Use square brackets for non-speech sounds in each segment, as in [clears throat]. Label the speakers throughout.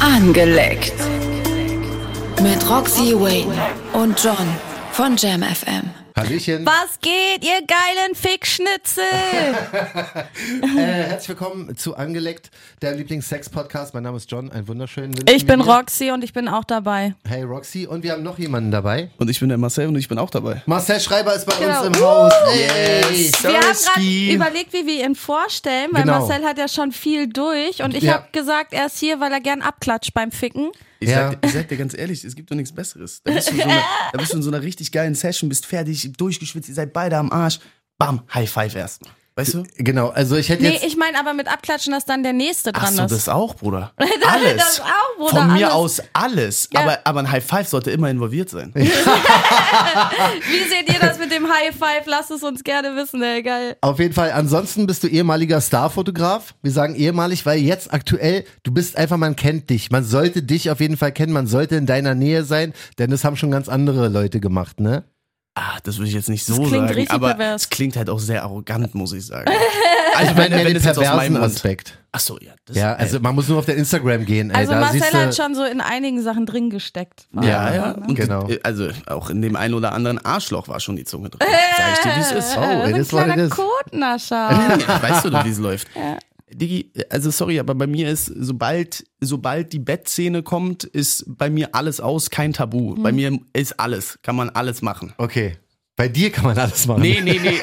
Speaker 1: Angeleckt. Mit Roxy Wayne und John von Jam FM.
Speaker 2: Hallöchen.
Speaker 3: Was geht, ihr geilen Fickschnitzel?
Speaker 2: Äh, herzlich willkommen zu Angeleckt, deinem Lieblings-Sex-Podcast. Mein Name ist John. Einen wunderschönen Wünschen
Speaker 3: [laughs] Ich bin
Speaker 2: wir dir.
Speaker 3: Roxy und ich bin auch dabei.
Speaker 2: Hey Roxy. Und wir haben noch jemanden dabei.
Speaker 4: Und ich bin der Marcel und ich bin auch dabei.
Speaker 2: Marcel Schreiber ist bei
Speaker 3: Genau.
Speaker 2: uns im Haus. Hey.
Speaker 3: Wir haben
Speaker 4: Sorski.
Speaker 3: gerade überlegt, wie wir ihn vorstellen, weil
Speaker 2: Genau.
Speaker 3: Marcel hat ja schon viel durch und ich
Speaker 2: Ja.
Speaker 3: habe gesagt, er ist hier, weil er gern abklatscht beim Ficken.
Speaker 4: Ich,
Speaker 2: Ja.
Speaker 4: sag, ich sag dir ganz ehrlich, es gibt doch nichts Besseres. Da bist, du in so einer, da bist du in so einer richtig geilen Session, bist fertig, durchgeschwitzt, ihr seid beide am Arsch. Bam, High Five erst. Weißt du?
Speaker 2: Genau, also ich hätte jetzt...
Speaker 3: nee, ich meine aber mit abklatschen, dass dann der Nächste
Speaker 4: Ach
Speaker 3: dran
Speaker 4: so,
Speaker 3: ist.
Speaker 4: das auch, Bruder.
Speaker 3: Alles.
Speaker 4: Alles.
Speaker 3: Das auch, Bruder,
Speaker 4: Von mir
Speaker 3: alles.
Speaker 4: aus alles.
Speaker 3: Ja.
Speaker 4: Aber, aber ein High Five sollte immer involviert sein.
Speaker 3: Wie seht ihr das mit dem High Five? Lasst es uns gerne wissen, ey, geil.
Speaker 2: Auf jeden Fall. Ansonsten bist du ehemaliger Starfotograf. Wir sagen ehemalig, weil jetzt aktuell, du bist einfach, man kennt dich. Man sollte dich auf jeden Fall kennen. Man sollte in deiner Nähe sein, denn das haben schon ganz andere Leute gemacht, ne?
Speaker 4: Ah, das würde ich jetzt nicht so
Speaker 3: klingt
Speaker 4: sagen,
Speaker 3: richtig
Speaker 4: aber
Speaker 3: pervers.
Speaker 4: es klingt halt auch sehr arrogant, muss ich sagen. Also,
Speaker 2: Ich meine, mehr den
Speaker 4: es jetzt aus
Speaker 2: perversen
Speaker 4: meinem Mund-
Speaker 2: Aspekt.
Speaker 4: Ach so, ja. Das,
Speaker 2: Ja, also man muss nur auf dein Instagram gehen. Ey.
Speaker 3: Also
Speaker 2: da
Speaker 3: Marcel
Speaker 2: siehst du,
Speaker 3: hat schon so in einigen Sachen drin gesteckt.
Speaker 4: Ja, ja. Und
Speaker 2: Genau.
Speaker 4: äh, Also auch in dem einen oder anderen Arschloch war schon die Zunge drin. Sag ich dir, wie es ist.
Speaker 2: Oh,
Speaker 3: Er
Speaker 2: it
Speaker 3: ist
Speaker 2: is what
Speaker 3: Äh, ein
Speaker 2: it
Speaker 3: kleiner
Speaker 2: is. [laughs]
Speaker 3: Kotnascher.
Speaker 4: Ja, weißt du doch, wie es läuft. Digi, also sorry, aber bei mir ist, sobald, sobald die Bettszene kommt, ist bei mir alles aus, kein Tabu.
Speaker 2: Mhm.
Speaker 4: Bei mir ist alles, kann man alles
Speaker 2: [laughs]
Speaker 4: machen.
Speaker 2: Okay. Bei dir kann man alles machen.
Speaker 4: Nee, nee, nee.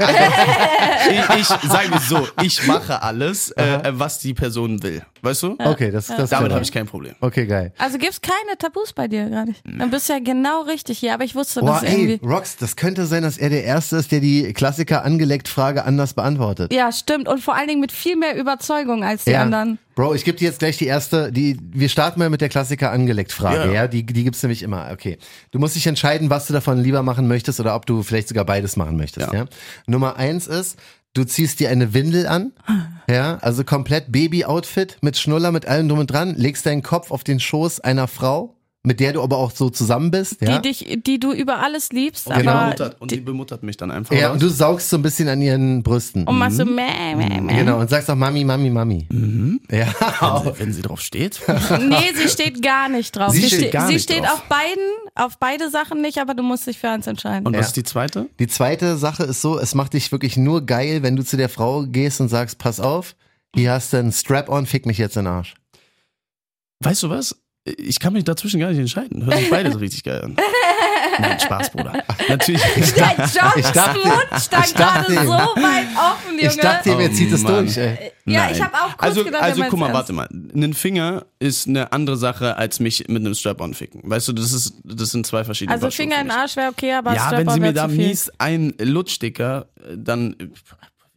Speaker 4: Also, ich, ich sage es so, ich mache alles, äh, was die Person will. Weißt du?
Speaker 2: [laughs] Okay, das, das
Speaker 4: Damit
Speaker 2: kann
Speaker 4: habe
Speaker 2: man.
Speaker 4: ich kein Problem.
Speaker 2: Okay, geil.
Speaker 3: Also gibt's keine Tabus bei dir gar nicht. Dann bist du ja genau richtig hier, aber ich wusste
Speaker 2: Boah,
Speaker 3: das
Speaker 2: ey,
Speaker 3: irgendwie.
Speaker 2: Rox, das könnte sein, dass er der Erste ist, der die Klassiker angeleckt Frage anders beantwortet.
Speaker 3: Ja, stimmt. Und vor allen Dingen mit viel mehr Überzeugung als die anderen.
Speaker 2: Bro, ich gebe dir jetzt gleich die erste, die, wir starten mal mit der Klassiker angeleckt Frage, ja,
Speaker 4: Ja.
Speaker 2: die, die gibt's nämlich immer, okay. Du musst dich entscheiden, was du davon lieber machen möchtest oder ob du vielleicht sogar beides machen möchtest, ja.
Speaker 4: Ja.
Speaker 2: Nummer eins ist, du ziehst dir eine Windel
Speaker 3: [laughs]
Speaker 2: an, ja, also komplett Baby-Outfit mit Schnuller, mit allem drum und dran, legst deinen Kopf auf den Schoß einer Frau, mit der du aber auch so zusammen bist, ja.
Speaker 3: Die dich, die du über alles liebst,
Speaker 4: Und, die
Speaker 3: aber
Speaker 4: bemuttert, und die bemuttert mich dann einfach.
Speaker 2: ja,
Speaker 4: oder
Speaker 2: und
Speaker 4: was?
Speaker 2: du saugst so ein bisschen an ihren Brüsten.
Speaker 3: und machst so
Speaker 4: Mhm.
Speaker 3: meh, meh, meh.
Speaker 2: Genau, und sagst auch Mami, Mami, Mami. Ja.
Speaker 4: wenn, sie, wenn sie
Speaker 2: [laughs]
Speaker 4: drauf steht.
Speaker 3: Nee, sie steht gar nicht drauf.
Speaker 4: Genau. Sie steht
Speaker 3: ste-
Speaker 4: gar
Speaker 3: sie
Speaker 4: nicht
Speaker 3: steht
Speaker 4: drauf.
Speaker 3: auf beiden, auf beide Sachen nicht, aber du musst dich für eins entscheiden.
Speaker 4: Und
Speaker 2: Ja.
Speaker 4: was ist die zweite?
Speaker 2: Die zweite Sache ist so, es macht dich wirklich nur geil, wenn du zu der Frau gehst und sagst, pass auf, hier hast du einen Strap-on, fick mich jetzt in den Arsch.
Speaker 4: Weißt du was? Ich kann mich dazwischen gar nicht entscheiden. Hört sich beides richtig geil
Speaker 2: [laughs]
Speaker 4: an. Nein, Spaß, Bruder. Natürlich. [laughs]
Speaker 3: Der Johns
Speaker 2: dachte-
Speaker 3: Mund stand
Speaker 2: ich dachte-
Speaker 3: gerade so weit offen, Junge.
Speaker 2: Ich dachte,
Speaker 4: Oh,
Speaker 2: ihr zieht es
Speaker 4: Mann.
Speaker 2: durch, ey.
Speaker 3: ja,
Speaker 4: Nein.
Speaker 3: ich habe auch kurz
Speaker 4: also,
Speaker 3: gedacht,
Speaker 4: Also,
Speaker 3: er meint's
Speaker 4: guck mal,
Speaker 3: ernst.
Speaker 4: warte mal. Einen Finger ist eine andere Sache, als mich mit einem Strap-on ficken. Weißt du, das, ist, das sind zwei verschiedene
Speaker 3: Also
Speaker 4: Paar Schuhe
Speaker 3: Finger
Speaker 4: für
Speaker 3: in den
Speaker 4: mich.
Speaker 3: Arsch wäre okay, aber
Speaker 4: Ja, wenn
Speaker 3: Strap-on
Speaker 4: sie mir
Speaker 3: wäre
Speaker 4: da
Speaker 3: zu viel. [laughs]
Speaker 4: mies ein Lutschdicker, äh, dann, äh,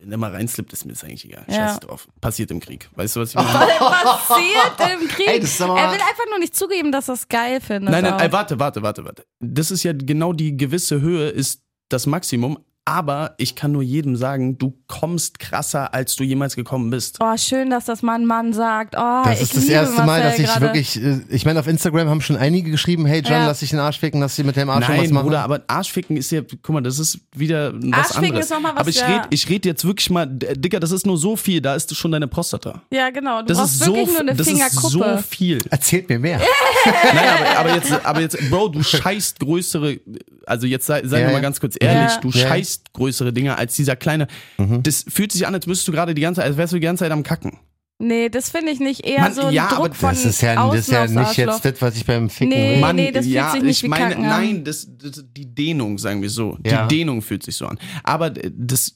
Speaker 4: wenn der mal reinslippt, ist mir das eigentlich egal.
Speaker 3: Ja.
Speaker 4: Scheiß drauf. Passiert im Krieg.
Speaker 3: [laughs]
Speaker 4: Weißt du, was ich meine? [laughs]
Speaker 3: passiert im Krieg.
Speaker 2: Ey, das ist aber mal-
Speaker 3: er will einfach nur nicht zugeben, dass er es geil findet.
Speaker 4: Nein, nein,
Speaker 3: auch.
Speaker 4: äh, warte, warte, warte, warte. Das ist ja genau die gewisse Höhe, ist das Maximum. Aber ich kann nur jedem sagen, du kommst krasser, als du jemals gekommen bist.
Speaker 3: Oh, schön, dass das mal ein Mann sagt. Oh,
Speaker 2: Das
Speaker 3: ich
Speaker 2: ist das
Speaker 3: liebe
Speaker 2: erste Mal, dass
Speaker 3: Marcel
Speaker 2: ich
Speaker 3: gerade.
Speaker 2: wirklich, äh, ich meine, auf Instagram haben schon einige geschrieben, hey John,
Speaker 3: Ja.
Speaker 2: lass dich in den Arsch ficken, lass dich mit dem Arsch schon was
Speaker 4: Nein,
Speaker 2: machen.
Speaker 4: Bruder, aber Arschficken ist ja, guck mal, das ist wieder was
Speaker 3: Arschficken
Speaker 4: anderes.
Speaker 3: ist noch mal was,
Speaker 4: aber ich
Speaker 3: ja.
Speaker 4: red, ich red jetzt wirklich mal, D- Digga, das ist nur so viel, da ist schon deine Prostata.
Speaker 3: Ja, genau. Du
Speaker 4: Das
Speaker 3: brauchst
Speaker 4: ist so,
Speaker 3: wirklich nur eine
Speaker 4: das ist so
Speaker 3: Fingerkuppe. [laughs]
Speaker 4: viel.
Speaker 2: Erzählt mir mehr.
Speaker 4: Nein, aber, aber, jetzt, aber jetzt, Bro, du scheißt größere, also jetzt sei, sei
Speaker 2: Ja,
Speaker 4: wir
Speaker 2: ja.
Speaker 4: mal ganz kurz ehrlich,
Speaker 3: Ja.
Speaker 4: du
Speaker 2: Ja. Mhm.
Speaker 4: scheißt größere Dinge als dieser kleine. Das fühlt sich an, als müsstest du gerade die ganze Zeit, als wärst du die ganze Zeit am Kacken.
Speaker 3: nee, das finde ich nicht. Eher
Speaker 4: Mann,
Speaker 3: so ein
Speaker 4: ja,
Speaker 3: Druck
Speaker 4: aber
Speaker 3: von
Speaker 2: Das ist ja, das ist ja
Speaker 3: außen
Speaker 2: nicht
Speaker 3: aufs
Speaker 2: jetzt
Speaker 3: Arschloch.
Speaker 2: das, was ich beim Ficken
Speaker 3: Nee.
Speaker 2: will.
Speaker 3: Mann, das fühlt
Speaker 4: ja,
Speaker 3: sich nicht
Speaker 4: ich
Speaker 3: wie
Speaker 4: meine,
Speaker 3: Kacken an.
Speaker 4: nein, das, das, die Dehnung, sagen wir so.
Speaker 2: Ja.
Speaker 4: Die Dehnung fühlt sich so an. Aber äh, das,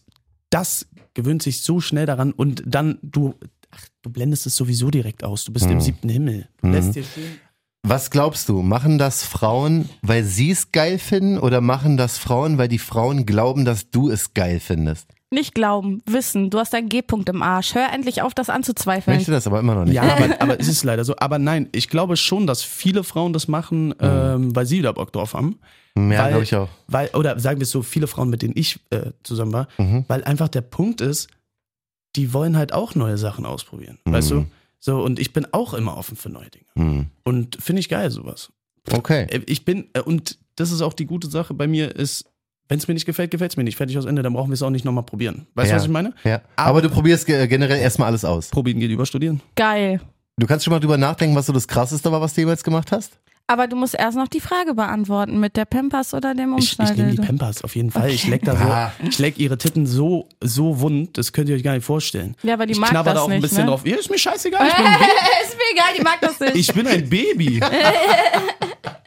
Speaker 4: das gewöhnt sich so schnell daran und dann, du, ach, du blendest es sowieso direkt aus. Du bist im siebten Himmel. Du lässt dir schön.
Speaker 2: Was glaubst du, machen das Frauen, weil sie es geil finden oder machen das Frauen, weil die Frauen glauben, dass du es geil findest?
Speaker 3: Nicht glauben, wissen. Du hast deinen G-Punkt im Arsch. Hör endlich auf, das
Speaker 2: Ich
Speaker 3: anzuzweifeln.
Speaker 2: möchte das aber immer noch nicht.
Speaker 4: Ja,
Speaker 3: [laughs]
Speaker 4: aber, aber es ist leider so. Aber nein, ich glaube schon, dass viele Frauen das machen, ähm, weil sie da Bock drauf haben.
Speaker 2: ja
Speaker 4: Weil-
Speaker 2: glaube ich auch.
Speaker 4: Weil, oder sagen wir es so, viele Frauen, mit denen ich äh, zusammen war,
Speaker 2: Mhm.
Speaker 4: weil einfach der Punkt ist, die wollen halt auch neue Sachen ausprobieren. Weißt du? So, und ich bin auch immer offen für neue Dinge.
Speaker 2: Hm.
Speaker 4: Und finde ich geil, sowas.
Speaker 2: Okay.
Speaker 4: Äh, Ich bin, äh, und das ist auch die gute Sache bei mir, ist, wenn es mir nicht gefällt, gefällt es mir nicht. Fertig aus Ende, dann brauchen wir es auch nicht nochmal probieren. Weißt du,
Speaker 2: Ja.
Speaker 4: was ich meine?
Speaker 2: Ja. Aber, du probierst ge- generell äh, erstmal alles aus.
Speaker 4: Probieren geht über studieren.
Speaker 3: Geil.
Speaker 2: Du kannst schon mal drüber nachdenken, was so das Krasseste war, was du jemals gemacht hast?
Speaker 3: Aber du musst erst noch die Frage beantworten mit der Pampers oder dem
Speaker 4: Ich, ich nehme die
Speaker 3: Umschneidel.
Speaker 4: Pampers auf jeden Fall. Ich leck da so,
Speaker 2: Ah.
Speaker 4: ich leck ihre Titten so, so wund, das könnt ihr euch gar nicht vorstellen.
Speaker 3: Ja, aber die
Speaker 4: ich
Speaker 3: mag
Speaker 4: knabber
Speaker 3: das
Speaker 4: da auch ein
Speaker 3: nicht,
Speaker 4: bisschen
Speaker 3: ne?
Speaker 4: drauf. Ja, ist mir scheißegal, ich
Speaker 3: [laughs]
Speaker 4: bin ein
Speaker 3: ist mir egal, die mag das nicht.
Speaker 4: Ich bin ein Baby.
Speaker 3: [laughs]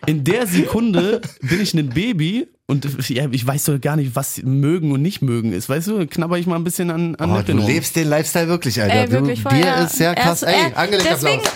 Speaker 4: In der Sekunde bin ich ein Baby und ja, ich weiß doch gar nicht, was mögen und nicht mögen ist. Weißt du, knabber ich mal ein bisschen an, an
Speaker 2: Oh, du
Speaker 4: Nippeln rum.
Speaker 2: lebst den Lifestyle wirklich, Alter.
Speaker 3: Ey, wirklich
Speaker 2: du,
Speaker 3: voll.
Speaker 2: dir
Speaker 3: ja.
Speaker 2: ist ja
Speaker 3: Er
Speaker 2: krass.
Speaker 3: er-
Speaker 2: Ey, angelegt
Speaker 3: deswegen,
Speaker 2: Applaus.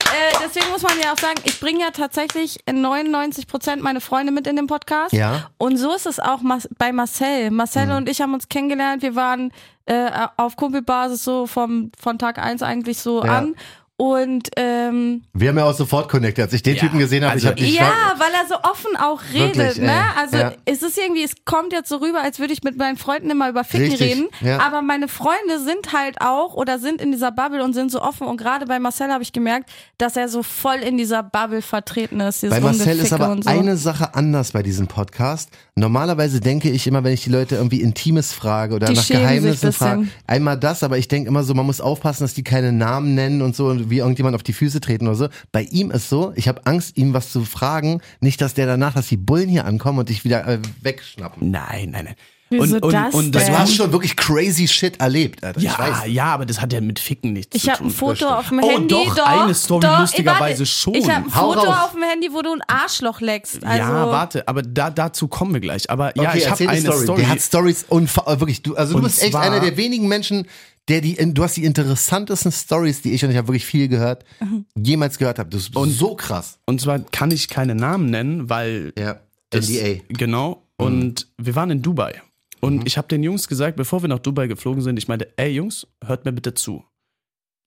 Speaker 3: äh, deswegen muss man ja auch sagen, ich bringe ja tatsächlich in 99 Prozent meine Freunde mit in den Podcast.
Speaker 2: Ja. Mhm.
Speaker 3: Und so ist es auch Mas bei Marcel. Marcel und ich haben uns kennengelernt. Wir waren äh, auf Kumpelbasis so vom, von Tag 1 eigentlich so
Speaker 2: Ja.
Speaker 3: an. Und ähm,
Speaker 2: Wir haben ja auch sofort connected. Als ich den
Speaker 4: Ja,
Speaker 2: Typen gesehen habe,
Speaker 4: also
Speaker 2: ich habe dich
Speaker 3: ja, weil er so offen auch redet,
Speaker 2: Wirklich, ey.
Speaker 3: ne? Also
Speaker 2: Ja.
Speaker 3: es ist irgendwie, es kommt jetzt so rüber, als würde ich mit meinen Freunden immer über Ficken
Speaker 2: Richtig,
Speaker 3: reden.
Speaker 2: ja.
Speaker 3: Aber meine Freunde sind halt auch oder sind in dieser Bubble und sind so offen. Und gerade bei Marcel habe ich gemerkt, dass er so voll in dieser Bubble vertreten ist. Dieses
Speaker 2: Bei Marcel ist
Speaker 3: Rumgeficke
Speaker 2: aber
Speaker 3: und so.
Speaker 2: eine Sache anders bei diesem Podcast. Normalerweise denke ich immer, wenn ich die Leute irgendwie Intimes frage oder
Speaker 3: Die
Speaker 2: nach
Speaker 3: schämen sich
Speaker 2: Geheimnissen frage,
Speaker 3: bisschen.
Speaker 2: einmal das, aber ich denke immer so, man muss aufpassen, dass die keine Namen nennen und so und wie irgendjemand auf die Füße treten oder so. Bei ihm ist so, ich habe Angst, ihm was zu fragen, nicht, dass der danach, dass die Bullen hier ankommen und dich wieder äh, wegschnappen.
Speaker 4: Nein, nein, nein.
Speaker 3: Wieso
Speaker 4: und, und,
Speaker 3: das
Speaker 4: und
Speaker 3: denn? Also
Speaker 2: Du
Speaker 4: war
Speaker 2: hast schon wirklich crazy shit erlebt, Alter. ich weiß.
Speaker 4: ja, ja, aber das hat ja mit Ficken nichts
Speaker 3: Ich
Speaker 4: zu
Speaker 3: habe
Speaker 4: tun.
Speaker 3: ein Foto
Speaker 2: stimmt.
Speaker 3: auf dem
Speaker 4: Oh,
Speaker 3: Handy.
Speaker 4: doch, eine Story
Speaker 3: doch,
Speaker 4: lustigerweise
Speaker 3: warte,
Speaker 4: schon.
Speaker 3: Ich habe ein
Speaker 2: Hau
Speaker 3: Foto
Speaker 2: raus.
Speaker 3: auf dem Handy, wo du ein Arschloch leckst. Also,
Speaker 4: ja, warte, aber da, dazu kommen wir gleich. Aber ja,
Speaker 2: Okay,
Speaker 4: ich habe
Speaker 2: erzähl die
Speaker 4: eine Story.
Speaker 2: Der hat Stories unfa- äh, wirklich. Du, also
Speaker 4: Und
Speaker 2: du bist echt
Speaker 4: zwar-
Speaker 2: einer der wenigen Menschen, der die, du hast die interessantesten Stories, die ich und ich habe wirklich viel gehört,
Speaker 3: Mhm.
Speaker 2: jemals gehört habe. Das ist so krass.
Speaker 4: Und zwar kann ich keine Namen nennen, weil
Speaker 2: Ja.
Speaker 4: das-
Speaker 2: NDA.
Speaker 4: Genau.
Speaker 2: Mhm.
Speaker 4: Und wir waren in Dubai. Und ich habe den Jungs gesagt, bevor wir nach Dubai geflogen sind, ich meinte, ey Jungs, hört mir bitte zu.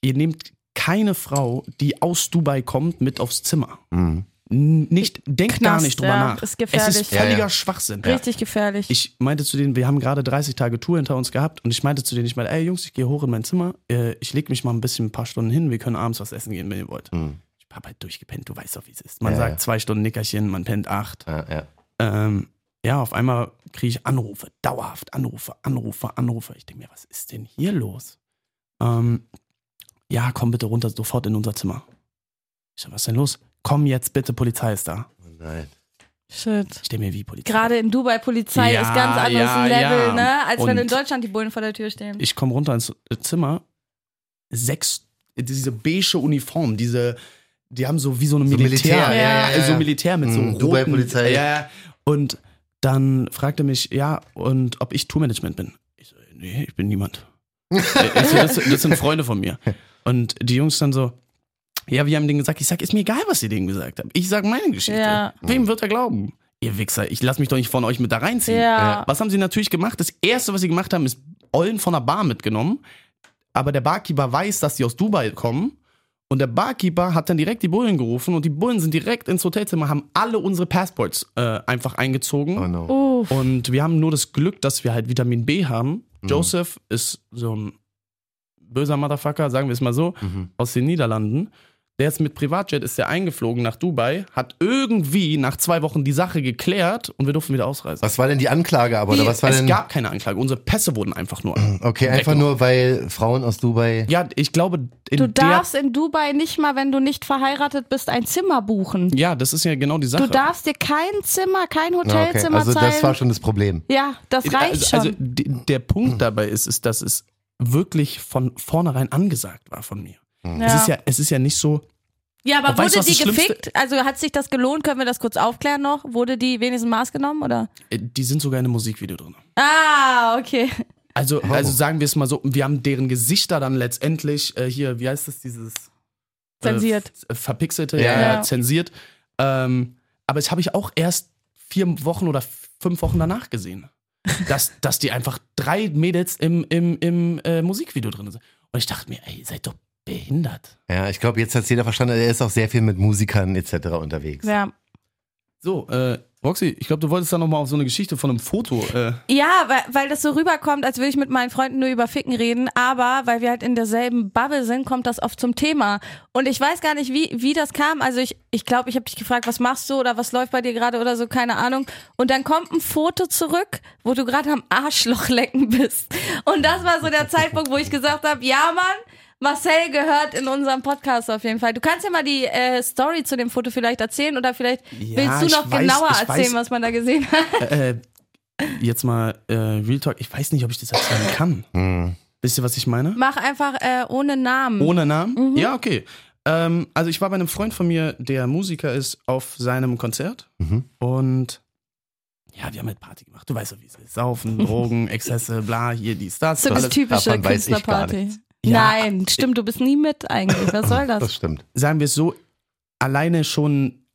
Speaker 4: Ihr nehmt keine Frau, die aus Dubai kommt, mit aufs Zimmer. N- Nicht, denkt gar
Speaker 3: Knast,
Speaker 4: nicht drüber
Speaker 3: ja,
Speaker 4: nach.
Speaker 3: ist
Speaker 4: Es
Speaker 3: gefährlich.
Speaker 4: ist
Speaker 3: Ja,
Speaker 4: völliger
Speaker 2: Mhm. ja.
Speaker 4: Schwachsinn.
Speaker 3: richtig gefährlich.
Speaker 4: Ich meinte zu denen, wir haben gerade 30 Tage Tour hinter uns gehabt und ich meinte zu denen, ich meinte, ey Jungs, ich gehe hoch in mein Zimmer, äh, ich lege mich mal ein bisschen ein paar Stunden hin, wir können abends was essen gehen, wenn ihr wollt.
Speaker 2: Hm,
Speaker 4: Ich habe halt durchgepennt, du weißt doch, wie es ist. Man
Speaker 2: Ja,
Speaker 4: sagt
Speaker 2: ja.
Speaker 4: zwei Stunden Nickerchen, man pennt acht.
Speaker 2: Ja, ja.
Speaker 4: Ähm, ja, auf einmal kriege ich Anrufe, dauerhaft Anrufe, Anrufe, Anrufe. Ich denke mir, was ist denn hier los? Ähm, ja, komm bitte runter, sofort in unser Zimmer. Ich sag, was ist denn los? Komm jetzt bitte, Polizei ist da.
Speaker 2: Oh Nein.
Speaker 3: Shit.
Speaker 4: Ich denke mir, wie Polizei?
Speaker 3: Gerade in Dubai Polizei
Speaker 4: Ja,
Speaker 3: ist ganz anderes
Speaker 4: ja,
Speaker 3: Level,
Speaker 4: ja.
Speaker 3: ne? Als wenn
Speaker 4: Und-
Speaker 3: in Deutschland die Bullen vor der Tür stehen.
Speaker 4: Ich komme runter ins Zimmer. Sechs, diese beige Uniform, diese, die haben so wie so eine
Speaker 2: So
Speaker 4: Militär.
Speaker 2: Militär, ja, ja, ja.
Speaker 4: So Militär mit so
Speaker 2: Mhm,
Speaker 4: roten.
Speaker 2: Dubai-Polizei.
Speaker 4: Ja, ja. Und dann fragte mich, ja, und ob ich Tourmanagement bin. Ich so, nee, ich
Speaker 2: [laughs]
Speaker 4: bin niemand. ich so, das, das sind Freunde von mir. Und die Jungs dann so, ja, wir haben denen gesagt, ich sag, ist mir egal, was ihr denen gesagt habt. Ich sag meine Geschichte.
Speaker 3: Ja.
Speaker 4: Wem wird er glauben? Ihr Wichser, ich lass mich doch nicht von euch mit da reinziehen.
Speaker 3: Ja.
Speaker 4: Was haben sie natürlich gemacht? Das erste, was sie gemacht haben, ist Ollen von der Bar mitgenommen. Aber der Barkeeper weiß, dass die aus Dubai kommen. Und der Barkeeper hat dann direkt die Bullen gerufen und die Bullen sind direkt ins Hotelzimmer, haben alle unsere Passports äh, einfach eingezogen.
Speaker 2: Oh no.
Speaker 3: Uff.
Speaker 4: Und wir haben nur das Glück, dass wir halt Vitamin B haben.
Speaker 2: Mhm.
Speaker 4: Joseph ist so ein böser Motherfucker, sagen wir es mal so,
Speaker 2: Mhm.
Speaker 4: aus den Niederlanden. Der ist mit Privatjet, ist der eingeflogen nach Dubai, hat irgendwie nach zwei Wochen die Sache geklärt und wir durften wieder ausreisen.
Speaker 2: Was war denn die Anklage aber? Oder was war
Speaker 4: es
Speaker 2: denn?
Speaker 4: gab keine Anklage, unsere Pässe wurden einfach nur.
Speaker 2: [clears throat] okay, einfach nur, weil Frauen aus Dubai.
Speaker 4: Ja, ich glaube, in
Speaker 3: Du
Speaker 4: der.
Speaker 3: darfst in Dubai nicht mal, wenn du nicht verheiratet bist, ein Zimmer buchen.
Speaker 4: Ja, das ist ja genau die Sache.
Speaker 3: Du darfst dir kein Zimmer, kein
Speaker 2: Ah, Okay.
Speaker 3: Hotelzimmer
Speaker 2: Also das
Speaker 3: zahlen.
Speaker 2: war schon das Problem.
Speaker 3: ja, das reicht schon.
Speaker 4: also, also d- der Punkt dabei ist, ist, dass es wirklich von vornherein angesagt war von mir.
Speaker 3: ja.
Speaker 4: also, Es, ist ja, es ist ja nicht so,
Speaker 3: Ja, aber
Speaker 4: Aber
Speaker 3: wurde
Speaker 4: weißt du, was
Speaker 3: die
Speaker 4: das Schlimmste-
Speaker 3: gefickt? Also hat sich das gelohnt? Können wir das kurz aufklären noch? Wurde die wenigstens Maß genommen oder?
Speaker 4: Äh, Die sind sogar in einem Musikvideo drin.
Speaker 3: Ah, okay.
Speaker 4: Also, also sagen wir es mal so, wir haben deren Gesichter dann letztendlich äh, hier, wie heißt das, dieses äh,
Speaker 3: Zensiert.
Speaker 4: f- äh, verpixelte,
Speaker 2: Ja.
Speaker 4: ja, ja.
Speaker 3: Ja.
Speaker 4: zensiert. Ähm, aber das habe ich auch erst vier Wochen oder fünf Wochen
Speaker 3: [laughs]
Speaker 4: danach gesehen. Dass, dass die einfach drei Mädels im, im, im äh, Musikvideo drin sind. Und ich dachte mir, ey, ihr seid doch behindert.
Speaker 2: Ja, ich glaube, jetzt hat jeder verstanden, er ist auch sehr viel mit Musikern etc. unterwegs.
Speaker 3: Ja.
Speaker 4: So, äh, Roxy, ich glaube, du wolltest da nochmal auf so eine Geschichte von einem Foto. Äh,
Speaker 3: Ja, weil, weil das so rüberkommt, als würde ich mit meinen Freunden nur über Ficken reden, aber weil wir halt in derselben Bubble sind, kommt das oft zum Thema. Und ich weiß gar nicht, wie, wie das kam. Also ich ich, glaube, ich habe dich gefragt, was machst du oder was läuft bei dir gerade oder so, keine Ahnung. Und dann kommt ein Foto zurück, wo
Speaker 4: [laughs]
Speaker 3: du gerade am Arschloch lecken bist. Und das war so der Zeitpunkt, wo ich gesagt habe, ja Mann, Marcel gehört in unserem Podcast auf jeden Fall. Du kannst ja mal die äh, Story zu dem Foto vielleicht erzählen oder vielleicht
Speaker 4: Ja,
Speaker 3: willst du
Speaker 4: ich
Speaker 3: noch
Speaker 4: weiß,
Speaker 3: genauer
Speaker 4: ich
Speaker 3: erzählen,
Speaker 4: weiß.
Speaker 3: was man da gesehen hat.
Speaker 4: Äh, jetzt mal äh, Real Talk. Ich weiß nicht, ob ich das erzählen kann.
Speaker 2: Hm.
Speaker 4: Wisst ihr, was ich meine?
Speaker 3: Mach einfach äh, ohne Namen.
Speaker 4: Ohne Namen?
Speaker 3: Mhm.
Speaker 4: Ja, okay. Ähm, also ich war bei einem Freund von mir, der Musiker ist, auf seinem Konzert.
Speaker 2: Mhm.
Speaker 4: Und ja, wir haben halt Party gemacht. Du weißt ja, wie es
Speaker 3: [laughs]
Speaker 4: ist. Saufen, Drogen, Exzesse, bla, hier, dies, das.
Speaker 3: so das
Speaker 4: alles.
Speaker 3: typische
Speaker 2: davon weiß ich gar
Speaker 3: Künstlerparty.
Speaker 4: Ja.
Speaker 3: Nein, stimmt, du bist nie mit eigentlich.
Speaker 2: [laughs]
Speaker 3: Was soll das?
Speaker 2: Das stimmt.
Speaker 4: Sagen wir es so, alleine schon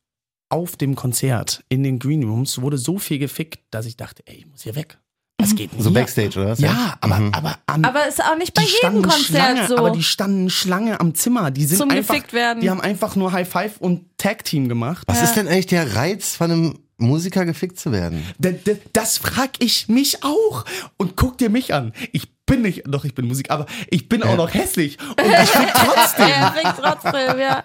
Speaker 4: auf dem Konzert in den Green Rooms wurde so viel gefickt, dass ich dachte, ey, ich muss hier weg. Was geht denn
Speaker 2: So
Speaker 4: hier?
Speaker 2: Backstage, oder was? Mhm.
Speaker 4: Ja, aber, aber an
Speaker 3: Mhm. aber ist auch nicht bei jedem
Speaker 4: standen
Speaker 3: Konzert
Speaker 4: Schlange,
Speaker 3: so.
Speaker 4: Aber die standen Schlange am Zimmer. Die sind
Speaker 3: Zum
Speaker 4: einfach,
Speaker 3: gefickt werden.
Speaker 4: Die haben einfach nur High Five und Tag Team gemacht.
Speaker 2: Was ist denn eigentlich der Reiz von einem Musiker gefickt zu werden?
Speaker 4: D d- das frag ich mich auch. Und guck dir mich an. Ich bin nicht, doch ich bin Musik, aber ich bin auch noch hässlich. Und ich bin
Speaker 3: [laughs]
Speaker 4: trotzdem.
Speaker 3: Er fickt trotzdem, ja.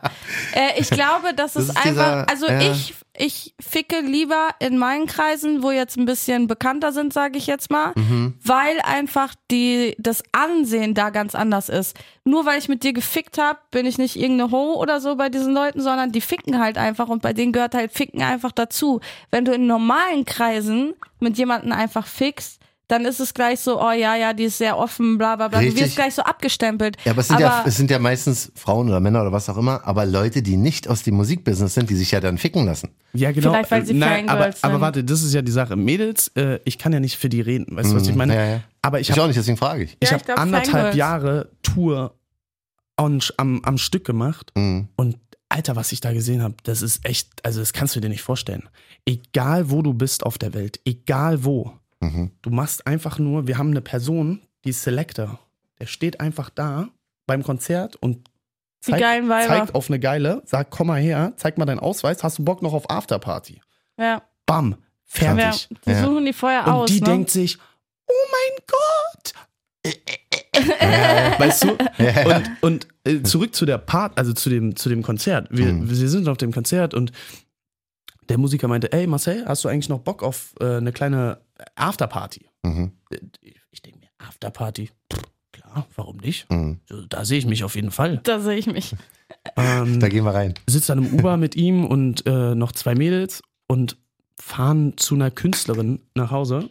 Speaker 3: Äh, ich glaube, das,
Speaker 2: ist
Speaker 3: ist einfach,
Speaker 2: dieser-
Speaker 3: also
Speaker 2: ja.
Speaker 3: ich, ich ficke lieber in meinen Kreisen, wo jetzt ein bisschen bekannter sind, sage ich jetzt mal,
Speaker 2: Mhm.
Speaker 3: weil einfach die, das Ansehen da ganz anders ist. Nur weil ich mit dir gefickt habe, bin ich nicht irgendeine Ho oder so bei diesen Leuten, sondern die ficken halt einfach und bei denen gehört halt Ficken einfach dazu. Wenn du in normalen Kreisen mit jemandem einfach fickst, dann ist es gleich so, oh ja, ja, die ist sehr offen, bla bla bla. Du
Speaker 2: Richtig.
Speaker 3: wirst gleich so abgestempelt.
Speaker 2: Ja, aber, es sind, ja, es sind ja meistens Frauen oder Männer oder was auch immer, aber Leute, die nicht aus dem Musikbusiness sind, die sich ja dann ficken lassen.
Speaker 4: Ja, genau.
Speaker 3: Vielleicht, weil sie
Speaker 4: Nein, aber,
Speaker 3: Fangirls
Speaker 4: aber
Speaker 3: sind.
Speaker 4: warte, das ist ja die Sache. Mädels, äh, ich kann ja nicht für die reden. Weißt du, was ich meine?
Speaker 2: Hm, Mhm. Ja, ja.
Speaker 4: Aber ich
Speaker 2: Ich auch
Speaker 4: habe
Speaker 2: nicht, deswegen frage ich.
Speaker 4: ich
Speaker 3: Ja,
Speaker 4: hab
Speaker 3: ich glaub,
Speaker 4: anderthalb
Speaker 3: Fangirls.
Speaker 4: Jahre Tour on, am, am Stück gemacht.
Speaker 2: Mhm.
Speaker 4: Und Alter, was ich da gesehen habe, das ist echt, also das kannst du dir nicht vorstellen. Egal wo du bist auf der Welt, egal wo,
Speaker 2: Mhm.
Speaker 4: du machst einfach nur, wir haben eine Person, die ist Selector. Der steht einfach da beim Konzert und
Speaker 3: Die
Speaker 4: zeigt,
Speaker 3: geilen Weiber.
Speaker 4: zeigt auf eine geile, sagt, komm mal her, zeig mal deinen Ausweis, hast du Bock noch auf Afterparty?
Speaker 3: Ja,
Speaker 4: Bam,
Speaker 3: ja.
Speaker 4: fertig.
Speaker 3: Die
Speaker 2: Ja.
Speaker 3: suchen die vorher
Speaker 4: Und
Speaker 3: aus.
Speaker 4: die
Speaker 3: ne?
Speaker 4: denkt sich, oh mein Gott.
Speaker 2: Äh.
Speaker 4: [laughs] weißt du? Und, und äh, zurück zu der Part, also zu dem, zu dem Konzert. Wir,
Speaker 2: Mhm.
Speaker 4: wir sind auf dem Konzert und der Musiker meinte, ey Marcel, hast du eigentlich noch Bock auf äh, eine kleine Afterparty?
Speaker 2: Mhm.
Speaker 4: Äh, Ich denke mir, Afterparty? Pff, klar, warum nicht?
Speaker 2: Mhm.
Speaker 4: So, Da sehe ich mich auf jeden Fall.
Speaker 3: da sehe ich mich.
Speaker 4: Ähm,
Speaker 2: Da gehen wir rein.
Speaker 4: sitzt dann im Uber mit ihm und äh, noch zwei Mädels und fahren zu einer Künstlerin nach Hause.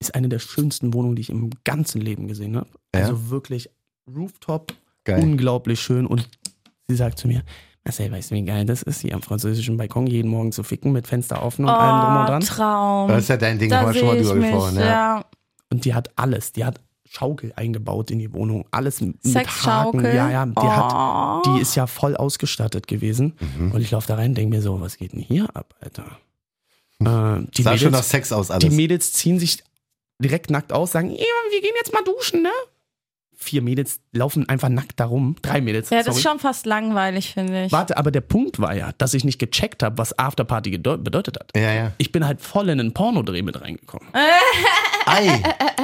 Speaker 4: Ist eine der schönsten Wohnungen, die ich im ganzen Leben gesehen habe.
Speaker 2: Ja?
Speaker 4: Also wirklich Rooftop,
Speaker 2: Geil.
Speaker 3: Mhm.
Speaker 4: unglaublich schön. Und sie sagt zu mir, Marcel, weißt du, wie geil das ist, hier am französischen Balkon jeden Morgen zu ficken mit Fenster offen und allem drum und
Speaker 3: Oh,
Speaker 4: dran.
Speaker 3: Traum.
Speaker 2: Das ist ja dein Ding, haben
Speaker 3: da
Speaker 2: wir schon mal
Speaker 3: sehe ich
Speaker 2: drüber
Speaker 3: mich.
Speaker 2: gesprochen. Ja.
Speaker 3: Ja.
Speaker 4: Und die hat alles. Die hat Schaukel eingebaut in die Wohnung. Alles mit Haken.
Speaker 3: Sexschaukel.
Speaker 4: Ja, ja. Die,
Speaker 3: Oh.
Speaker 4: hat, die ist ja voll ausgestattet gewesen.
Speaker 2: Mhm.
Speaker 4: Und ich laufe da rein und denke mir so, was geht denn hier ab, Alter? Äh, die,
Speaker 2: Sah Hm. schon nach
Speaker 4: Mädels,
Speaker 2: Sex aus
Speaker 4: die
Speaker 2: alles.
Speaker 4: Mädels ziehen sich direkt nackt aus, sagen, "Ja, wir gehen jetzt mal duschen, ne? Vier Mädels laufen einfach nackt darum. Drei Mädels.
Speaker 3: ja, das
Speaker 4: sorry.
Speaker 3: ist schon fast langweilig, finde ich.
Speaker 4: Warte, aber der Punkt war ja, dass ich nicht gecheckt habe, was Afterparty gedeu- bedeutet hat.
Speaker 2: ja,
Speaker 3: [laughs]
Speaker 2: ja.
Speaker 4: Ich bin halt voll in einen Pornodreh mit reingekommen.
Speaker 2: Ei.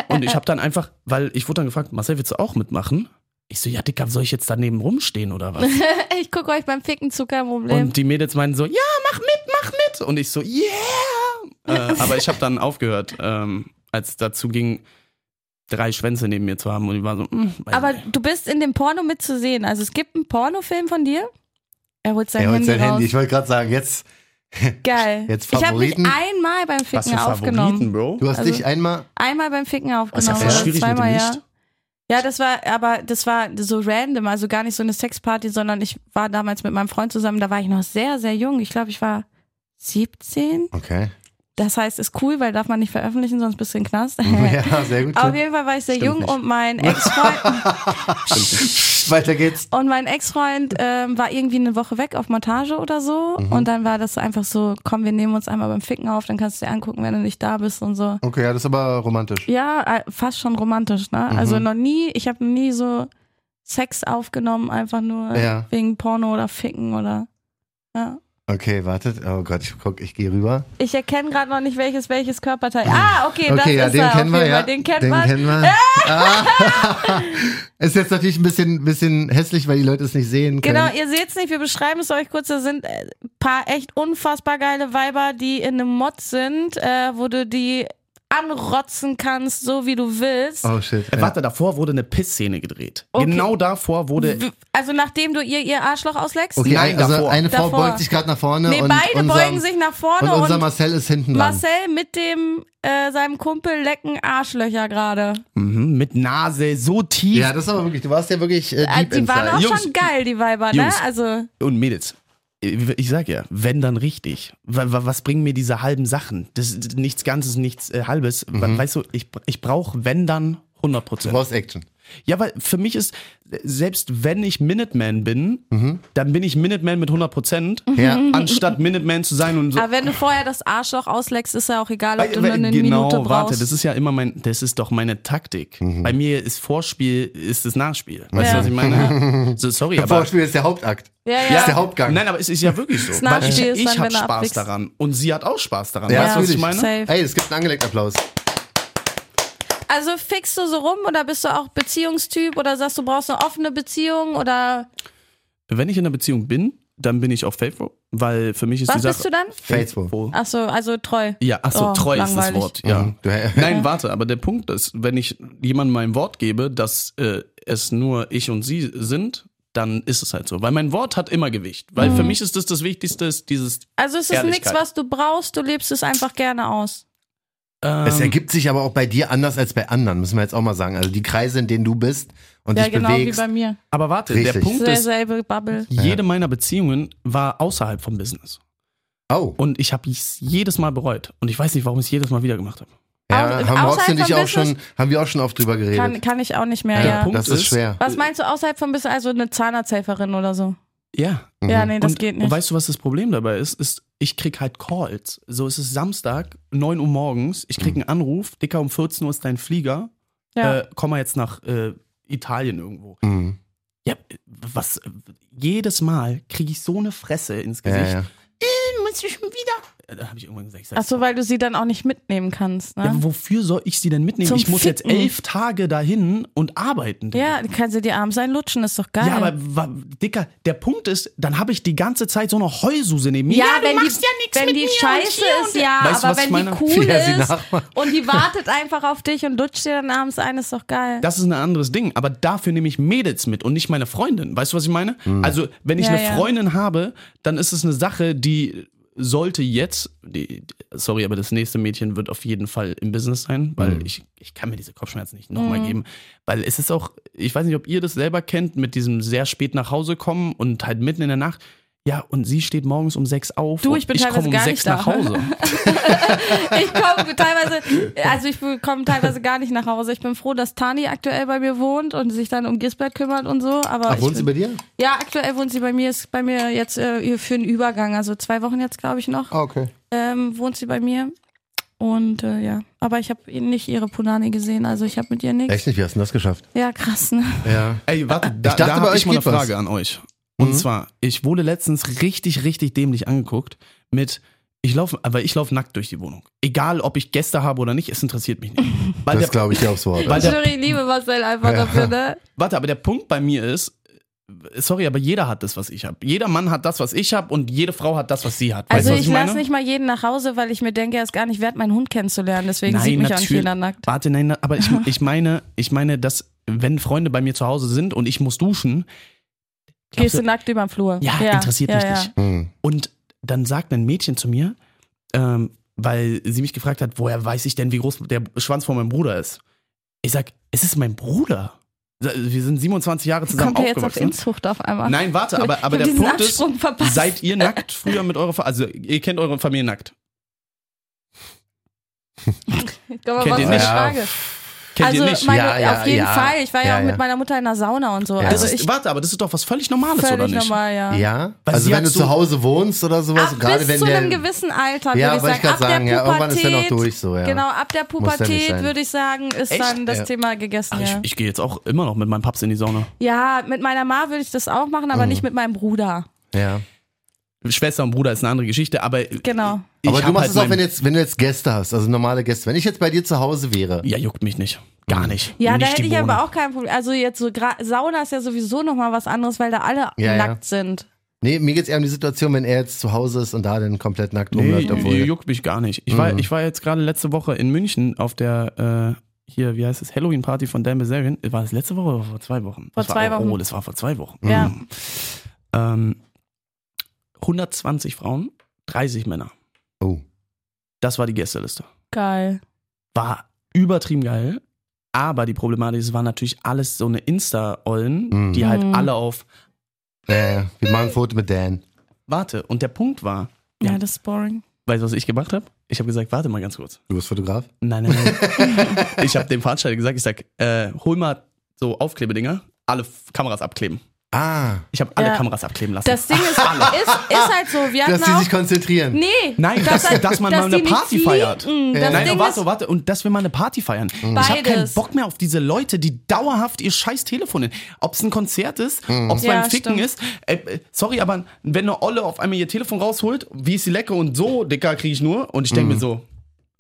Speaker 4: Und ich habe dann einfach, weil ich wurde dann gefragt, Marcel, willst du auch mitmachen? Ich so, ja, Dicker, soll ich jetzt daneben rumstehen oder was?
Speaker 3: [laughs] Ich gucke euch beim Ficken zu, kein Problem.
Speaker 4: Und die Mädels meinen so, ja, mach mit, mach mit. Und ich so,
Speaker 3: [laughs]
Speaker 4: yeah. Äh, aber ich habe dann aufgehört, ähm, als es dazu ging, drei Schwänze neben mir zu haben. Und ich war so, hm, weiß
Speaker 3: Aber
Speaker 4: nicht.
Speaker 3: du bist in dem Porno mitzusehen. Also es gibt einen Pornofilm von dir. Er holt sein
Speaker 2: Er holt
Speaker 3: Handy
Speaker 2: sein
Speaker 3: raus.
Speaker 2: Handy. Ich wollte gerade sagen, jetzt,
Speaker 3: Geil.
Speaker 2: Jetzt
Speaker 3: ich habe mich
Speaker 2: Favoriten.
Speaker 3: einmal beim
Speaker 4: was
Speaker 3: Ficken
Speaker 4: für Favoriten,
Speaker 3: aufgenommen.
Speaker 4: Bro?
Speaker 2: du hast
Speaker 3: Also-
Speaker 2: dich einmal.
Speaker 3: Einmal beim Ficken
Speaker 4: Das Oh, ist ja
Speaker 3: aufgenommen.
Speaker 4: voll
Speaker 3: oder
Speaker 4: schwierig mit dem
Speaker 3: zweimal, ja.
Speaker 4: Licht.
Speaker 3: Ja, das war, aber das war so random, also gar nicht so eine Sexparty, sondern ich war damals mit meinem Freund zusammen, da war ich noch sehr, sehr jung. Ich glaube, ich war 17. [laughs]
Speaker 2: Okay.
Speaker 3: Das heißt, ist cool, weil darf man nicht veröffentlichen, sonst bist du in den Knast. [laughs]
Speaker 2: Ja, sehr gut.
Speaker 3: Auf jeden Fall war ich sehr
Speaker 4: Stimmt
Speaker 3: jung
Speaker 4: nicht.
Speaker 3: und
Speaker 4: [laughs]
Speaker 3: mein Ex-Freund
Speaker 2: Weiter geht's.
Speaker 3: und mein Ex-Freund ähm, war irgendwie eine Woche weg auf Montage oder so.
Speaker 4: Mhm.
Speaker 3: Und dann war das einfach so, komm, wir nehmen uns einmal beim Ficken auf, dann kannst du dir angucken, wenn du nicht da bist und so.
Speaker 2: Okay, ja, das ist aber romantisch.
Speaker 3: Ja, äh, fast schon romantisch, ne? Also
Speaker 2: Mhm.
Speaker 3: noch nie, ich habe nie so Sex aufgenommen, einfach nur
Speaker 2: Ja.
Speaker 3: wegen Porno oder Ficken oder. Ja.
Speaker 2: Okay, wartet. Oh Gott, ich guck, ich gehe rüber.
Speaker 3: Ich erkenne gerade noch nicht, welches welches Körperteil. Ah, okay, das
Speaker 2: Mhm. Okay, ja,
Speaker 3: ist
Speaker 2: den
Speaker 3: er.
Speaker 2: kennen
Speaker 3: auf
Speaker 2: wir,
Speaker 3: jeden
Speaker 2: ja.
Speaker 3: Fall. Den kennt man. [laughs]
Speaker 2: wir. Ah. ist jetzt natürlich ein bisschen, bisschen hässlich, weil die Leute es nicht sehen können.
Speaker 3: Genau, ihr seht's nicht, wir beschreiben es euch kurz. Da sind ein paar echt unfassbar geile Weiber, die in einem Mod sind, äh, wo äh, du die anrotzen kannst, so wie du willst.
Speaker 2: Oh shit.
Speaker 4: Äh,
Speaker 2: Ja.
Speaker 4: Warte, davor wurde eine Pissszene gedreht.
Speaker 3: Okay.
Speaker 4: Genau davor wurde.
Speaker 3: W- Also nachdem du ihr ihr Arschloch ausleckst?
Speaker 2: Okay,
Speaker 4: Nein,
Speaker 2: also
Speaker 4: davor.
Speaker 2: eine Frau
Speaker 3: Davor.
Speaker 2: beugt sich gerade nach vorne
Speaker 3: Nee,
Speaker 2: und
Speaker 3: beide
Speaker 2: unser,
Speaker 3: beugen sich nach vorne
Speaker 2: und unser
Speaker 3: und
Speaker 2: Marcel ist hinten dran.
Speaker 3: Marcel mit dem äh, seinem Kumpel lecken Arschlöcher gerade.
Speaker 4: Mhm, mit Nase so tief.
Speaker 2: Ja, das ist aber wirklich, du warst ja wirklich äh,
Speaker 3: Äh,
Speaker 2: deep
Speaker 3: Die waren
Speaker 2: inside.
Speaker 3: auch
Speaker 4: Jungs.
Speaker 3: schon geil, die Weiber, ne?
Speaker 4: Jungs.
Speaker 3: Also
Speaker 4: Und Mädels. Ich sag ja, wenn dann richtig. Wa- wa- Was bringen mir diese halben Sachen? Das ist nichts Ganzes, nichts äh, Halbes.
Speaker 2: Mhm.
Speaker 4: Wa- Weißt du, ich, ich brauche wenn dann 100
Speaker 2: Du
Speaker 4: Prozent.
Speaker 2: brauchst Action.
Speaker 4: Ja, weil für mich ist, selbst wenn ich Minuteman bin, dann bin ich Minuteman mit 100 Prozent,
Speaker 2: Ja.
Speaker 4: anstatt Minuteman zu sein und so.
Speaker 3: Mhm. Aber wenn du vorher das Arschloch ausleckst, ist ja auch egal, ob
Speaker 4: Weil-
Speaker 3: du
Speaker 4: Äh, weil- genau,
Speaker 3: nur eine Minute brauchst.
Speaker 4: warte, das ist ja immer mein, das ist doch meine Taktik.
Speaker 2: Mhm.
Speaker 4: Bei mir ist Vorspiel, ist das Nachspiel. Weißt du,
Speaker 3: Ja.
Speaker 4: was
Speaker 2: [laughs]
Speaker 4: ich meine? So, sorry, aber.
Speaker 2: Vorspiel ist der Hauptakt.
Speaker 3: ja,
Speaker 2: Das
Speaker 3: ja.
Speaker 2: ist der Hauptgang.
Speaker 4: Nein, aber es ist ja wirklich so. Weil ich
Speaker 3: Nachspiel ist
Speaker 4: ich
Speaker 3: dann,
Speaker 4: habe
Speaker 3: wenn du
Speaker 4: Spaß
Speaker 3: abwichst.
Speaker 4: daran und sie hat auch Spaß daran.
Speaker 2: Ja,
Speaker 4: weißt du, was ich
Speaker 2: natürlich.
Speaker 4: meine?
Speaker 3: Safe.
Speaker 2: Ey, es gibt einen angelegten Applaus.
Speaker 3: Also fickst du so rum oder bist du auch Beziehungstyp oder sagst du brauchst eine offene Beziehung oder
Speaker 4: Wenn ich in einer Beziehung bin, dann bin ich auch faithful, weil für mich ist die
Speaker 3: was
Speaker 4: Sache.
Speaker 3: bist du dann?
Speaker 2: Faithful.
Speaker 3: Achso, also treu.
Speaker 4: Ja, achso,
Speaker 3: Oh,
Speaker 4: treu ist das
Speaker 3: langweilig.
Speaker 4: Wort. Ja.
Speaker 2: Mhm. Du,
Speaker 4: Nein, warte, aber der Punkt ist, wenn ich jemandem mein Wort gebe, dass äh, es nur ich und sie sind, dann ist es halt so. Weil mein Wort hat immer Gewicht. Weil
Speaker 2: Mhm.
Speaker 4: für mich ist das das Wichtigste, ist dieses.
Speaker 3: Also es ist nichts,
Speaker 4: Ehrlichkeit.
Speaker 3: was du brauchst, du lebst es einfach gerne aus.
Speaker 4: Ähm,
Speaker 2: [laughs] Es ergibt sich aber auch bei dir anders als bei anderen, müssen wir jetzt auch mal sagen. Also die Kreise, in denen du bist und
Speaker 3: Ja,
Speaker 2: dich
Speaker 3: genau
Speaker 2: bewegst.
Speaker 3: wie bei mir.
Speaker 4: aber warte, der
Speaker 2: Richtig.
Speaker 4: Punkt
Speaker 3: Sehr
Speaker 4: ist,
Speaker 3: selbe Bubble.
Speaker 4: jede meiner Beziehungen war außerhalb vom Business.
Speaker 2: oh,
Speaker 4: Und ich habe es jedes Mal bereut. Und ich weiß nicht, warum ich es jedes Mal wieder gemacht habe.
Speaker 2: ja,
Speaker 3: Au-
Speaker 2: haben, Rox
Speaker 3: außerhalb
Speaker 2: und ich
Speaker 3: vom
Speaker 2: auch schon, haben wir auch schon oft drüber geredet.
Speaker 3: Kann, kann ich auch nicht mehr,
Speaker 4: Ja,
Speaker 3: ja.
Speaker 4: Punkt
Speaker 2: das ist
Speaker 4: ist-
Speaker 2: schwer.
Speaker 3: Was meinst du außerhalb von bisschen, also eine Zahnarzthelferin oder so?
Speaker 4: Ja.
Speaker 3: Ja, nee, das
Speaker 4: und,
Speaker 3: geht
Speaker 4: Und
Speaker 3: nicht.
Speaker 4: weißt du, was das Problem dabei ist? Ist, ich krieg halt Calls. So, es ist Samstag, 9 Uhr morgens. Ich
Speaker 2: Mhm.
Speaker 4: krieg einen Anruf. Dicker, um 14 Uhr ist dein Flieger.
Speaker 3: Ja.
Speaker 4: Äh, komm mal jetzt nach äh, Italien irgendwo.
Speaker 2: Mhm.
Speaker 4: Ja, was? Jedes Mal kriege ich so eine Fresse ins
Speaker 2: Ja,
Speaker 4: Gesicht.
Speaker 2: ja.
Speaker 4: Äh, musst du schon wieder? Ja, Da habe ich irgendwann gesagt, ich sag's
Speaker 3: Achso, weil du sie dann auch nicht mitnehmen kannst,
Speaker 4: ja,
Speaker 3: ne?
Speaker 4: wofür soll ich sie denn mitnehmen?
Speaker 3: Zum
Speaker 4: ich muss jetzt
Speaker 3: Ficken.
Speaker 4: elf Tage dahin und arbeiten. Digga.
Speaker 3: Ja, kannst du dir abends einlutschen, ist doch geil.
Speaker 4: Ja, aber wa- Dicker, der Punkt ist, dann habe ich die ganze Zeit so eine Heususe neben mir.
Speaker 3: Ja,
Speaker 4: du
Speaker 3: wenn die,
Speaker 4: machst ja nix
Speaker 3: wenn
Speaker 4: mit
Speaker 3: die
Speaker 4: mir und
Speaker 3: scheiße
Speaker 4: hier
Speaker 3: ist,
Speaker 4: und-
Speaker 3: ja,
Speaker 4: Weißt du,
Speaker 3: aber
Speaker 4: was ich
Speaker 3: wenn
Speaker 4: meine?
Speaker 3: die cool
Speaker 2: Wie er sie
Speaker 3: ist
Speaker 2: nachmacht.
Speaker 3: und die wartet einfach auf dich und lutscht dir dann abends ein, ist doch geil.
Speaker 4: Das ist ein anderes Ding, aber dafür nehme ich Mädels mit und nicht meine Freundin. Weißt du, was ich meine? Also, wenn ich
Speaker 3: Hm. Ja,
Speaker 4: eine
Speaker 3: ja.
Speaker 4: Freundin habe, dann ist es eine Sache, die sollte jetzt, die, sorry, aber das nächste Mädchen wird auf jeden Fall im Business sein, weil
Speaker 3: Hm.
Speaker 4: ich, ich kann mir diese Kopfschmerzen nicht nochmal geben. Weil es ist auch, ich weiß nicht, ob ihr das selber kennt, mit diesem sehr spät nach Hause kommen und halt mitten in der Nacht. Ja, und sie steht morgens um sechs auf.
Speaker 3: Du,
Speaker 4: und
Speaker 3: ich bin
Speaker 4: ich komme
Speaker 3: teilweise
Speaker 4: um
Speaker 3: gar
Speaker 4: sechs
Speaker 3: nicht da.
Speaker 4: nach Hause.
Speaker 3: [laughs] Ich komme teilweise, also ich komme teilweise gar nicht nach Hause. Ich bin froh, dass Tani aktuell bei mir wohnt und sich dann um Gisbert kümmert und so. Aber
Speaker 2: Ach,
Speaker 3: ich
Speaker 2: wohnt sie
Speaker 3: bin,
Speaker 2: bei dir?
Speaker 3: ja, aktuell wohnt sie bei mir, ist bei mir jetzt äh, für einen Übergang, also zwei Wochen jetzt, glaube ich, noch.
Speaker 2: Ah, okay.
Speaker 3: ähm, wohnt sie bei mir. Und äh, ja, aber ich habe nicht ihre Punani gesehen, also ich habe mit ihr nichts.
Speaker 2: Echt nicht, wie hast du denn das geschafft?
Speaker 3: Ja, krass, ne?
Speaker 2: Ja.
Speaker 4: Ey, warte, da,
Speaker 2: Ich dachte,
Speaker 4: da
Speaker 2: bei
Speaker 4: habe
Speaker 2: euch
Speaker 4: ich mal eine
Speaker 2: geht was.
Speaker 4: Frage an euch. Und zwar, ich wurde letztens richtig, richtig dämlich angeguckt mit, ich laufe, aber ich laufe nackt durch die Wohnung. Egal, ob ich Gäste habe oder nicht, es interessiert mich nicht. Weil
Speaker 2: Das
Speaker 4: der,
Speaker 2: glaube ich dir aufs Wort.
Speaker 4: weil Ah, der,
Speaker 3: Sorry, ich liebe Marcel einfach dafür, ne?
Speaker 4: warte, aber der Punkt bei mir ist, äh, sorry, aber jeder hat das, was ich habe. Jeder Mann hat das, was ich habe und jede Frau hat das, was sie hat. Weißt
Speaker 3: Also
Speaker 4: du, was
Speaker 3: ich
Speaker 4: meine?
Speaker 3: lasse nicht mal jeden nach Hause, weil ich mir denke, er ist gar nicht wert, meinen Hund kennenzulernen. Deswegen sieht mich auch nicht
Speaker 4: natürlich-
Speaker 3: jeder nackt.
Speaker 4: Warte, nein, na- aber ich, ich meine, ich meine, dass wenn Freunde bei mir zu Hause sind und ich muss duschen,
Speaker 3: Gehst du nackt über den Flur?
Speaker 4: ja, interessiert mich nicht.
Speaker 2: Hm.
Speaker 4: Und dann sagt ein Mädchen zu mir, ähm, weil sie mich gefragt hat, woher weiß ich denn, wie groß der Schwanz von meinem Bruder ist? Ich sag, es ist mein Bruder. Wir sind 27 Jahre zusammen
Speaker 3: Kommt ihr jetzt auf
Speaker 4: aufgewachsen.
Speaker 3: Inzucht auf einmal?
Speaker 4: Nein, warte, aber, aber
Speaker 3: ich hab
Speaker 4: der
Speaker 3: diesen
Speaker 4: Punkt ist,
Speaker 3: Absprung verpasst.
Speaker 4: seid ihr nackt früher mit eurer Familie? Also, ihr kennt eure Familie nackt.
Speaker 3: Komm,
Speaker 4: kennt
Speaker 3: was
Speaker 4: ihr
Speaker 3: für eine
Speaker 4: nicht?
Speaker 3: Frage?
Speaker 4: Kennt
Speaker 3: also
Speaker 4: ihr nicht?
Speaker 3: meine,
Speaker 2: Ja, ja,
Speaker 3: auf jeden
Speaker 2: ja.
Speaker 3: Fall. Ich war ja,
Speaker 2: Ja,
Speaker 3: auch
Speaker 2: ja.
Speaker 3: mit meiner Mutter in der Sauna und so.
Speaker 2: Ja.
Speaker 4: das
Speaker 3: Also
Speaker 4: ist,
Speaker 3: ich
Speaker 4: warte, aber das ist doch was völlig Normales, oder
Speaker 3: völlig
Speaker 4: nicht?
Speaker 3: normal, ja.
Speaker 2: Ja?
Speaker 4: Weil
Speaker 2: also
Speaker 4: sie
Speaker 2: wenn
Speaker 4: hat
Speaker 2: du
Speaker 4: so-
Speaker 2: zu Hause wohnst oder sowas,
Speaker 3: Ab
Speaker 2: Also gerade
Speaker 3: bis
Speaker 2: wenn
Speaker 3: zu
Speaker 2: der...
Speaker 3: einem gewissen Alter,
Speaker 2: Ja,
Speaker 3: würde
Speaker 2: wollte
Speaker 3: ich
Speaker 2: ich
Speaker 3: sagen.
Speaker 2: grad
Speaker 3: Ab der
Speaker 2: sagen, ja,
Speaker 3: Pubertät,
Speaker 2: irgendwann ist der noch durch, so, ja.
Speaker 3: Genau, ab der
Speaker 2: Muss der nicht
Speaker 3: Pubertät
Speaker 2: sein.
Speaker 3: würde ich sagen, ist
Speaker 4: Echt?
Speaker 3: dann das
Speaker 2: Ja.
Speaker 3: Thema gegessen.
Speaker 4: Ach, ich,
Speaker 3: ja.
Speaker 4: ich gehe jetzt auch immer noch mit meinem Paps in die Sauna.
Speaker 3: ja, mit meiner Ma würde ich das auch machen, aber nicht mit meinem Bruder.
Speaker 2: ja.
Speaker 4: Schwester und Bruder ist eine andere Geschichte, aber.
Speaker 3: Genau.
Speaker 4: ich
Speaker 2: Aber
Speaker 4: hab
Speaker 2: du machst
Speaker 4: halt
Speaker 2: es auch,
Speaker 4: mein-
Speaker 2: wenn, jetzt, wenn du jetzt Gäste hast, also normale Gäste. Wenn ich jetzt bei dir zu Hause wäre,
Speaker 4: Ja, juckt mich nicht. Gar nicht.
Speaker 3: Ja,
Speaker 4: nicht
Speaker 3: da hätte
Speaker 4: die
Speaker 3: ich
Speaker 4: Bohne.
Speaker 3: aber auch kein Problem. Also jetzt so Gra Sauna ist ja sowieso nochmal was anderes, weil da alle
Speaker 2: Ja, ja.
Speaker 3: nackt sind.
Speaker 2: Nee, mir geht's eher um die Situation, wenn er jetzt zu Hause ist und da dann komplett nackt rumläuft.
Speaker 4: Nee,
Speaker 2: obwohl,
Speaker 4: juckt mich gar nicht. Ich war,
Speaker 2: Mhm.
Speaker 4: ich war jetzt gerade letzte Woche in München auf der, äh, hier, wie heißt es, Halloween-Party von Dan Bazarian. War das letzte Woche oder vor zwei Wochen?
Speaker 3: Vor
Speaker 4: das
Speaker 3: zwei
Speaker 4: war,
Speaker 3: Wochen.
Speaker 4: Oh, das war vor zwei Wochen.
Speaker 3: Ja.
Speaker 4: Mhm. Ähm, 120 Frauen, 30 Männer.
Speaker 2: oh.
Speaker 4: Das war die Gästeliste.
Speaker 3: Geil.
Speaker 4: War übertrieben geil. Aber die Problematik ist, es waren natürlich alles so eine Insta-Ollen,
Speaker 2: Mhm.
Speaker 4: die halt
Speaker 3: Mhm.
Speaker 4: alle auf
Speaker 2: Äh, wir machen ein Foto mit Dan.
Speaker 4: Warte. Und der Punkt war,
Speaker 3: Ja,
Speaker 4: Ja.
Speaker 3: das ist boring.
Speaker 4: weißt du, was ich gemacht habe? Ich habe gesagt, warte mal ganz kurz.
Speaker 2: Du bist Fotograf?
Speaker 4: Nein, nein, [laughs] nein. ich habe dem Veranstalter gesagt, ich sag, äh, hol mal so Aufklebedinger, alle F- Kameras abkleben.
Speaker 2: Ah,
Speaker 4: Ich habe alle
Speaker 3: Ja.
Speaker 4: Kameras abkleben lassen.
Speaker 3: Das Ding ist, ist, ist halt so. Wir
Speaker 2: dass
Speaker 3: hatten
Speaker 2: die
Speaker 3: auch.
Speaker 2: sich konzentrieren.
Speaker 3: Nee. halt-
Speaker 4: Nein, dass- dass man mal
Speaker 3: die
Speaker 4: eine
Speaker 3: nicht
Speaker 4: Party feiert.
Speaker 3: fliegen.
Speaker 2: Ja.
Speaker 3: Das
Speaker 4: Nein,
Speaker 3: Ding
Speaker 4: oh, warte,
Speaker 3: ist,
Speaker 4: warte. Und dass wir mal eine Party feiern. Ich habe keinen
Speaker 3: Beides.
Speaker 4: Bock mehr auf diese Leute, die dauerhaft ihr scheiß Telefon nehmen. Ob es ein Konzert ist, ob es
Speaker 3: Ja,
Speaker 4: beim Ficken
Speaker 3: stimmt.
Speaker 4: ist. Äh, äh, sorry, aber wenn eine Olle auf einmal ihr Telefon rausholt, wie ist sie lecker und so, dicker kriege ich nur. Und ich denke mir so,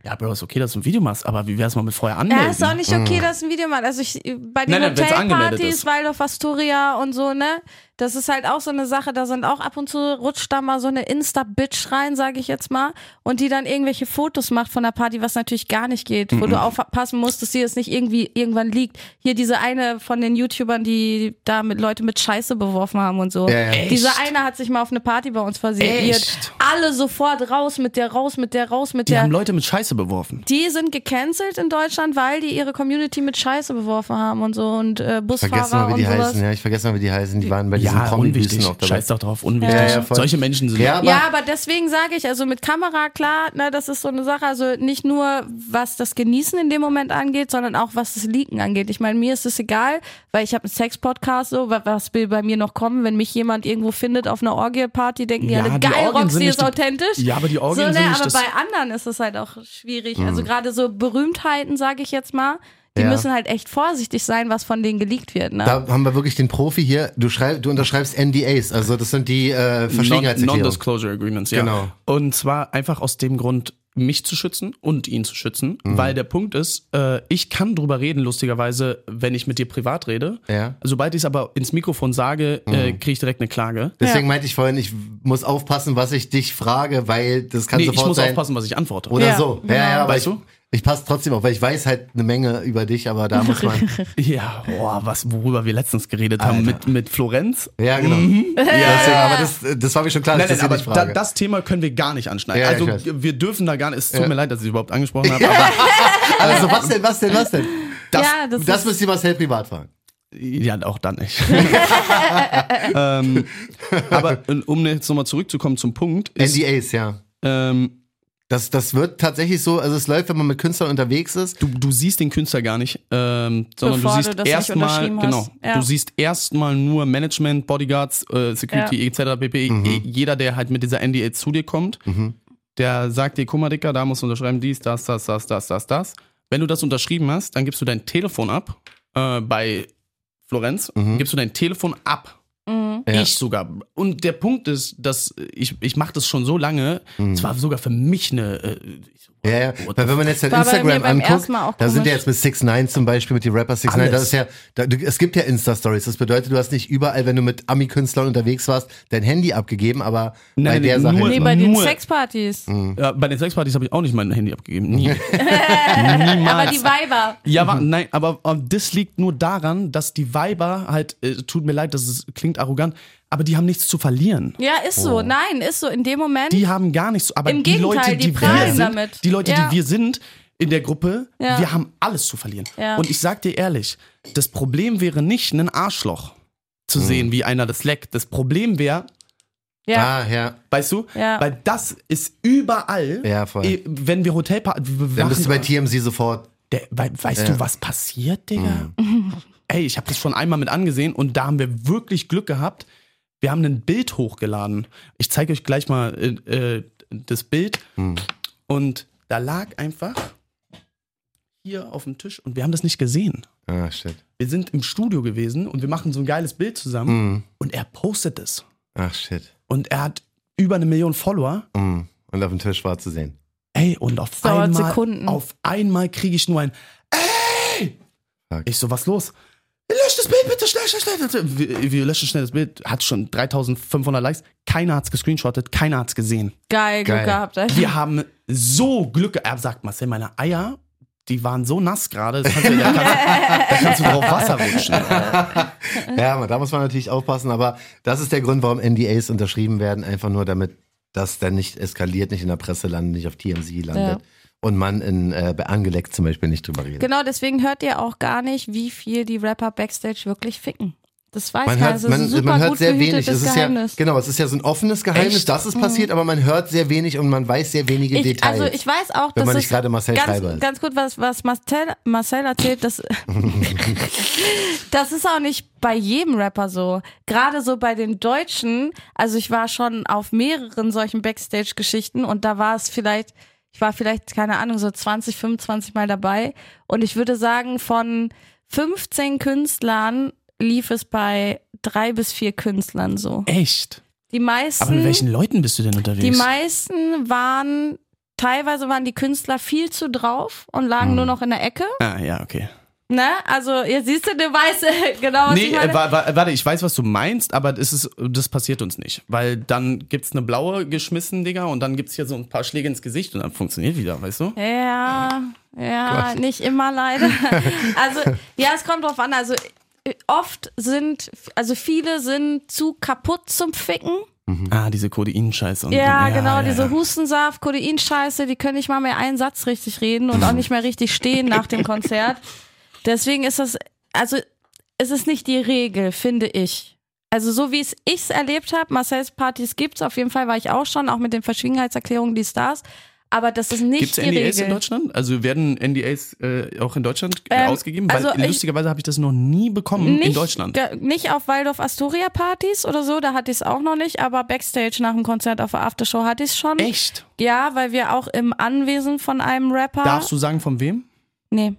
Speaker 4: ja, Bro, ist okay, dass du ein Video machst, aber wie wär's mal mit vorher anmelden? Ah.
Speaker 3: ja, ist auch nicht okay, dass ein Video macht. Also ich, bei den
Speaker 4: Nein, nein, wenn's angemeldet
Speaker 3: Hotelpartys,
Speaker 4: ist.
Speaker 3: Waldorf Astoria und so, ne? Das ist halt auch so eine Sache, da sind auch ab und zu rutscht da mal so eine Insta-Bitch rein, sage ich jetzt mal, und die dann irgendwelche Fotos macht von der Party, was natürlich gar nicht geht, wo du
Speaker 4: Mhm.
Speaker 3: aufpassen musst, dass sie jetzt nicht irgendwie irgendwann liegt. Hier diese eine von den YouTubern, die da mit Leute mit Scheiße beworfen haben und so.
Speaker 2: Ja, ja.
Speaker 3: Diese
Speaker 4: Echt?
Speaker 3: eine hat sich mal auf eine Party bei uns versiert.
Speaker 4: Echt?
Speaker 3: Alle sofort raus mit der, raus mit der, raus mit
Speaker 4: Die
Speaker 3: der.
Speaker 4: haben Leute mit Scheiße beworfen.
Speaker 3: Die sind gecancelt in Deutschland, weil die ihre Community mit Scheiße beworfen haben und so und äh,
Speaker 2: Vergessen
Speaker 3: Busfahrer
Speaker 2: mal, wie
Speaker 3: und
Speaker 2: die
Speaker 3: sowas.
Speaker 2: heißen. Ja, ich vergesse mal, wie die heißen. Die waren bei diesen Promi-Büßen auch dabei.
Speaker 4: Scheiß doch drauf, unwichtig.
Speaker 2: Ja, ja, voll.
Speaker 4: Solche Menschen sind.
Speaker 2: Ja, aber,
Speaker 3: ja, aber deswegen sage ich, also mit Kamera, klar, ne, das ist so eine Sache, also nicht nur was das Genießen in dem Moment angeht, sondern auch was das Leaken angeht. Ich meine, mir ist es egal, weil ich habe einen Sex-Podcast, so, wa- was will bei mir noch kommen, wenn mich jemand irgendwo findet auf einer Orgie-Party, denken die
Speaker 4: Ja,
Speaker 3: alle,
Speaker 4: die
Speaker 3: geil,
Speaker 4: Orgien sind
Speaker 3: Roxy
Speaker 4: nicht
Speaker 3: ist
Speaker 4: die-
Speaker 3: authentisch.
Speaker 4: Ja, aber die
Speaker 3: so,
Speaker 4: Orgien
Speaker 3: ne,
Speaker 4: sind nicht
Speaker 3: Aber
Speaker 4: das- Hm.
Speaker 3: bei anderen ist es halt auch schwierig, also gerade so Berühmtheiten, sage ich jetzt mal, die
Speaker 2: Ja.
Speaker 3: müssen halt echt vorsichtig sein, was von denen geleakt wird, ne?
Speaker 2: da haben wir wirklich den Profi hier. Du, schreib, du unterschreibst NDAs, also das sind die äh,
Speaker 4: Non-
Speaker 2: Verschwiegenheitserklärungen.
Speaker 4: Non-Disclosure Agreements, ja.
Speaker 2: Genau.
Speaker 4: Und zwar einfach aus dem Grund, mich zu schützen und ihn zu schützen,
Speaker 2: Mhm.
Speaker 4: weil der Punkt ist, äh, ich kann drüber reden, lustigerweise, wenn ich mit dir privat rede.
Speaker 2: Ja. Mhm.
Speaker 4: Sobald ich es aber ins Mikrofon sage, äh, kriege ich direkt eine Klage.
Speaker 2: Deswegen meinte ich vorhin, ich muss aufpassen, was ich dich frage, weil das kann
Speaker 4: nee, ich
Speaker 2: sofort
Speaker 4: muss
Speaker 2: sein.
Speaker 4: aufpassen, was ich antworte.
Speaker 2: Oder
Speaker 3: Ja, genau.
Speaker 2: so. Ja, ja, aber
Speaker 4: Weißt
Speaker 2: ich,
Speaker 4: du?
Speaker 2: ich passe trotzdem auf, weil ich weiß halt eine Menge über dich, aber da muss man.
Speaker 3: [laughs]
Speaker 4: Ja, boah, was, worüber wir letztens geredet haben mit, mit Florenz.
Speaker 2: Ja, genau. Ja, deswegen, aber das, das war mir schon klar,
Speaker 4: Mhm. Nein,
Speaker 2: dass
Speaker 4: nein,
Speaker 2: ich
Speaker 4: aber
Speaker 2: das nicht
Speaker 4: da,
Speaker 2: frage.
Speaker 4: das Thema können wir gar nicht anschneiden.
Speaker 2: Ja, ja, ich
Speaker 4: also wir dürfen da gar nicht, es tut mir leid, dass ich es
Speaker 2: [laughs]
Speaker 4: überhaupt angesprochen habe, aber
Speaker 2: also
Speaker 4: [laughs]
Speaker 2: was denn, was denn, was denn?
Speaker 4: das,
Speaker 3: ja, das,
Speaker 2: Das,
Speaker 3: ist,
Speaker 2: müsst ihr Marcel privat fragen.
Speaker 4: Ja, auch dann nicht. ähm, aber äh, um jetzt nochmal zurückzukommen zum Punkt, ist,
Speaker 2: NDAs, ja.
Speaker 4: ähm,
Speaker 2: Das, das wird tatsächlich so, also es läuft, wenn man mit Künstlern unterwegs ist.
Speaker 4: du, du siehst den Künstler gar nicht, ähm, sondern
Speaker 3: Bevor
Speaker 4: du
Speaker 3: du
Speaker 4: siehst
Speaker 3: das nicht
Speaker 4: erstmal
Speaker 3: unterschrieben hast.
Speaker 4: genau,
Speaker 3: Ja.
Speaker 4: du siehst erstmal nur Management, Bodyguards, äh, Security etc. pp. E- Jeder, der halt mit dieser NDA zu dir kommt, der sagt dir, guck mal, Dicker, da musst du unterschreiben, dies, das, das, das, das, das, das. Wenn du das unterschrieben hast, dann gibst du dein Telefon ab äh, bei Florenz, gibst du dein Telefon ab.
Speaker 3: Mhm.
Speaker 2: Ja.
Speaker 4: Ich sogar. Und der Punkt ist, dass ich, ich mache das schon so lange, es war sogar für mich eine. Äh, ich so,
Speaker 2: Ja, ja.
Speaker 4: what the
Speaker 2: Weil wenn man jetzt halt
Speaker 3: War bei mir
Speaker 2: Instagram
Speaker 3: beim
Speaker 2: anguckt,
Speaker 3: ersten Mal auch
Speaker 2: da sind ja jetzt
Speaker 3: komisch.
Speaker 2: mit 6 9 zum Beispiel, mit dem Rapper 6 9 das
Speaker 4: Alles.
Speaker 2: ist ja, da, du, es gibt ja Insta-Stories. Das bedeutet, du hast nicht überall, wenn du mit Ami-Künstlern unterwegs warst, dein Handy abgegeben, aber bei
Speaker 4: nein,
Speaker 2: der
Speaker 4: nein,
Speaker 2: Sache.
Speaker 4: nur-
Speaker 2: ist
Speaker 3: nee,
Speaker 2: man-
Speaker 3: bei den
Speaker 4: Nur- Hm.
Speaker 3: Sexpartys.
Speaker 4: Ja, Äh, bei den Sexpartys habe ich auch nicht mein Handy
Speaker 2: [laughs]
Speaker 4: abgegeben. Nie.
Speaker 3: Aber
Speaker 4: Niemals.
Speaker 3: die Weiber.
Speaker 4: ja, wa-
Speaker 2: Mhm.
Speaker 4: nein, aber ähm, das liegt nur daran, dass die Weiber halt, äh, tut mir leid, dass es klingt arrogant, aber die haben nichts zu verlieren.
Speaker 3: Ja, ist
Speaker 2: Oh.
Speaker 3: so. Nein, ist so. In dem Moment.
Speaker 4: Die haben gar nichts zu, aber
Speaker 3: Im
Speaker 4: die
Speaker 3: Gegenteil,
Speaker 4: Leute,
Speaker 3: die
Speaker 4: die, wir
Speaker 3: prahlen
Speaker 4: sind,
Speaker 3: damit.
Speaker 4: die Leute,
Speaker 3: Ja.
Speaker 4: die wir sind in der Gruppe,
Speaker 3: Ja.
Speaker 4: wir haben alles zu verlieren.
Speaker 3: Ja.
Speaker 4: Und ich sag dir ehrlich, das Problem wäre nicht ein Arschloch zu
Speaker 2: Mhm.
Speaker 4: sehen, wie einer das leckt. Das Problem wäre,
Speaker 3: ja.
Speaker 2: Ah, ja.
Speaker 4: weißt du,
Speaker 3: Ja.
Speaker 4: weil das ist überall,
Speaker 2: Ja, voll.
Speaker 4: eh, wenn wir Hotelpartys,
Speaker 2: Dann bist du bei TMZ sofort.
Speaker 4: Der, wei- weißt
Speaker 2: Ja. Mhm.
Speaker 4: du, was passiert, Digga? [laughs] Ey, ich habe das schon einmal mit angesehen und da haben wir wirklich Glück gehabt. Wir haben ein Bild hochgeladen. Ich zeige euch gleich mal äh, äh, das Bild.
Speaker 2: Mhm.
Speaker 4: Und da lag einfach hier auf dem Tisch und wir haben das nicht gesehen.
Speaker 2: Ah, shit.
Speaker 4: Wir sind im Studio gewesen und wir machen so ein geiles Bild zusammen
Speaker 2: Mhm.
Speaker 4: und er postet es.
Speaker 2: Ach, shit.
Speaker 4: Und er hat über eine Million Follower.
Speaker 2: Mhm. Und auf dem Tisch war zu sehen.
Speaker 4: Ey, und auf
Speaker 3: dauert
Speaker 4: einmal,
Speaker 3: Sekunden.
Speaker 4: auf einmal kriege ich nur ein Ey!
Speaker 2: Fuck.
Speaker 4: Ich so, was los? Lösch das Bild bitte, schnell, schnell, schnell. Wir, wir löschen schnell das Bild. Hat schon 3500 Likes. Keiner hat's gescreenshottet, keiner hat's gesehen.
Speaker 3: Geil, Glück
Speaker 2: Geil.
Speaker 3: gehabt. Also, ey. [laughs]
Speaker 4: Wir haben so Glück ge- Er sagt, Marcel, meine Eier, die waren so nass gerade, das kannst du- da,
Speaker 3: [laughs]
Speaker 4: kannst- da kannst du drauf Wasser rutschen.
Speaker 2: Ja, man, da muss man natürlich aufpassen, aber das ist der Grund, warum NDAs unterschrieben werden, einfach nur damit das dann nicht eskaliert, nicht in der Presse landet, nicht auf TMZ landet
Speaker 3: Ja.
Speaker 2: und man in äh, bei Angeleckt zum Beispiel nicht drüber redet.
Speaker 3: Genau, deswegen hört ihr auch gar nicht, wie viel die Rapper Backstage wirklich ficken. Das weiß
Speaker 2: Man
Speaker 3: keiner.
Speaker 2: hört,
Speaker 3: Das ist ein
Speaker 2: man,
Speaker 3: also super
Speaker 2: man hört
Speaker 3: gut
Speaker 2: sehr wenig.
Speaker 3: gehütetes
Speaker 2: Es ist ja,
Speaker 3: Geheimnis. Mhm.
Speaker 2: genau, es ist ja so ein offenes Geheimnis,
Speaker 4: Echt?
Speaker 2: dass es passiert, aber man hört sehr wenig und man weiß sehr wenige
Speaker 3: ich,
Speaker 2: Details.
Speaker 3: also ich weiß auch,
Speaker 2: wenn
Speaker 3: dass
Speaker 2: man
Speaker 3: es
Speaker 2: nicht gerade Marcel
Speaker 3: ganz,
Speaker 2: Schreiber ist.
Speaker 3: ganz gut, was, was Marcel, Marcel
Speaker 2: [laughs]
Speaker 3: erzählt, das, das ist auch nicht bei jedem Rapper so. Gerade so bei den Deutschen, also ich war schon auf mehreren solchen Backstage-Geschichten und da war es vielleicht, ich war vielleicht, keine Ahnung, so 20, 25 Mal dabei und ich würde sagen, von 15 Künstlern lief es bei drei bis vier Künstlern so.
Speaker 4: Echt?
Speaker 3: Die meisten...
Speaker 4: Aber mit welchen Leuten bist du denn unterwegs?
Speaker 3: Die meisten waren, teilweise waren die Künstler viel zu drauf und lagen nur noch in der Ecke.
Speaker 4: ah, ja, okay.
Speaker 3: Ne? Also, ihr siehst du, du weißt äh, [laughs] genau, was ich
Speaker 4: Nee,
Speaker 3: meine.
Speaker 4: äh, wa- wa- warte, ich weiß, was du meinst, aber das, ist, das passiert uns nicht. Weil dann gibt's eine blaue geschmissen, Digga, und dann gibt's hier so ein paar Schläge ins Gesicht und dann funktioniert wieder, weißt du?
Speaker 3: ja, ja, nicht immer leider. Also, ja, es kommt drauf an. Also, äh, oft sind, also viele sind zu kaputt zum Ficken.
Speaker 4: Ah, diese Codein-Scheiße. und-
Speaker 3: Ja, genau, diese
Speaker 4: ja.
Speaker 3: Hustensaft, Kodein-Scheiße, die können nicht mal mehr einen Satz richtig reden und auch nicht mehr richtig stehen nach dem Konzert. Deswegen ist das, also es ist nicht die Regel, finde ich. Also so wie es ich es erlebt habe, Marcells Partys gibt's auf jeden Fall, war ich auch schon, auch mit den Verschwiegenheitserklärungen, die Stars. Aber das ist nicht
Speaker 4: Gibt's
Speaker 3: die
Speaker 4: NDAs in
Speaker 3: Regel.
Speaker 4: Deutschland? Also werden NDAs äh, auch in Deutschland äh,
Speaker 3: Ähm,
Speaker 4: ausgegeben? Weil
Speaker 3: also ich-
Speaker 4: lustigerweise habe ich das noch nie bekommen in Deutschland.
Speaker 3: ge- Nicht auf Waldorf Astoria Partys oder so, da hatte ich es auch noch nicht, aber Backstage nach dem Konzert auf der Aftershow hatte ich es schon.
Speaker 4: Echt?
Speaker 3: Ja, weil wir auch im Anwesen von einem Rapper.
Speaker 4: Darfst du sagen, von wem?
Speaker 3: Nee.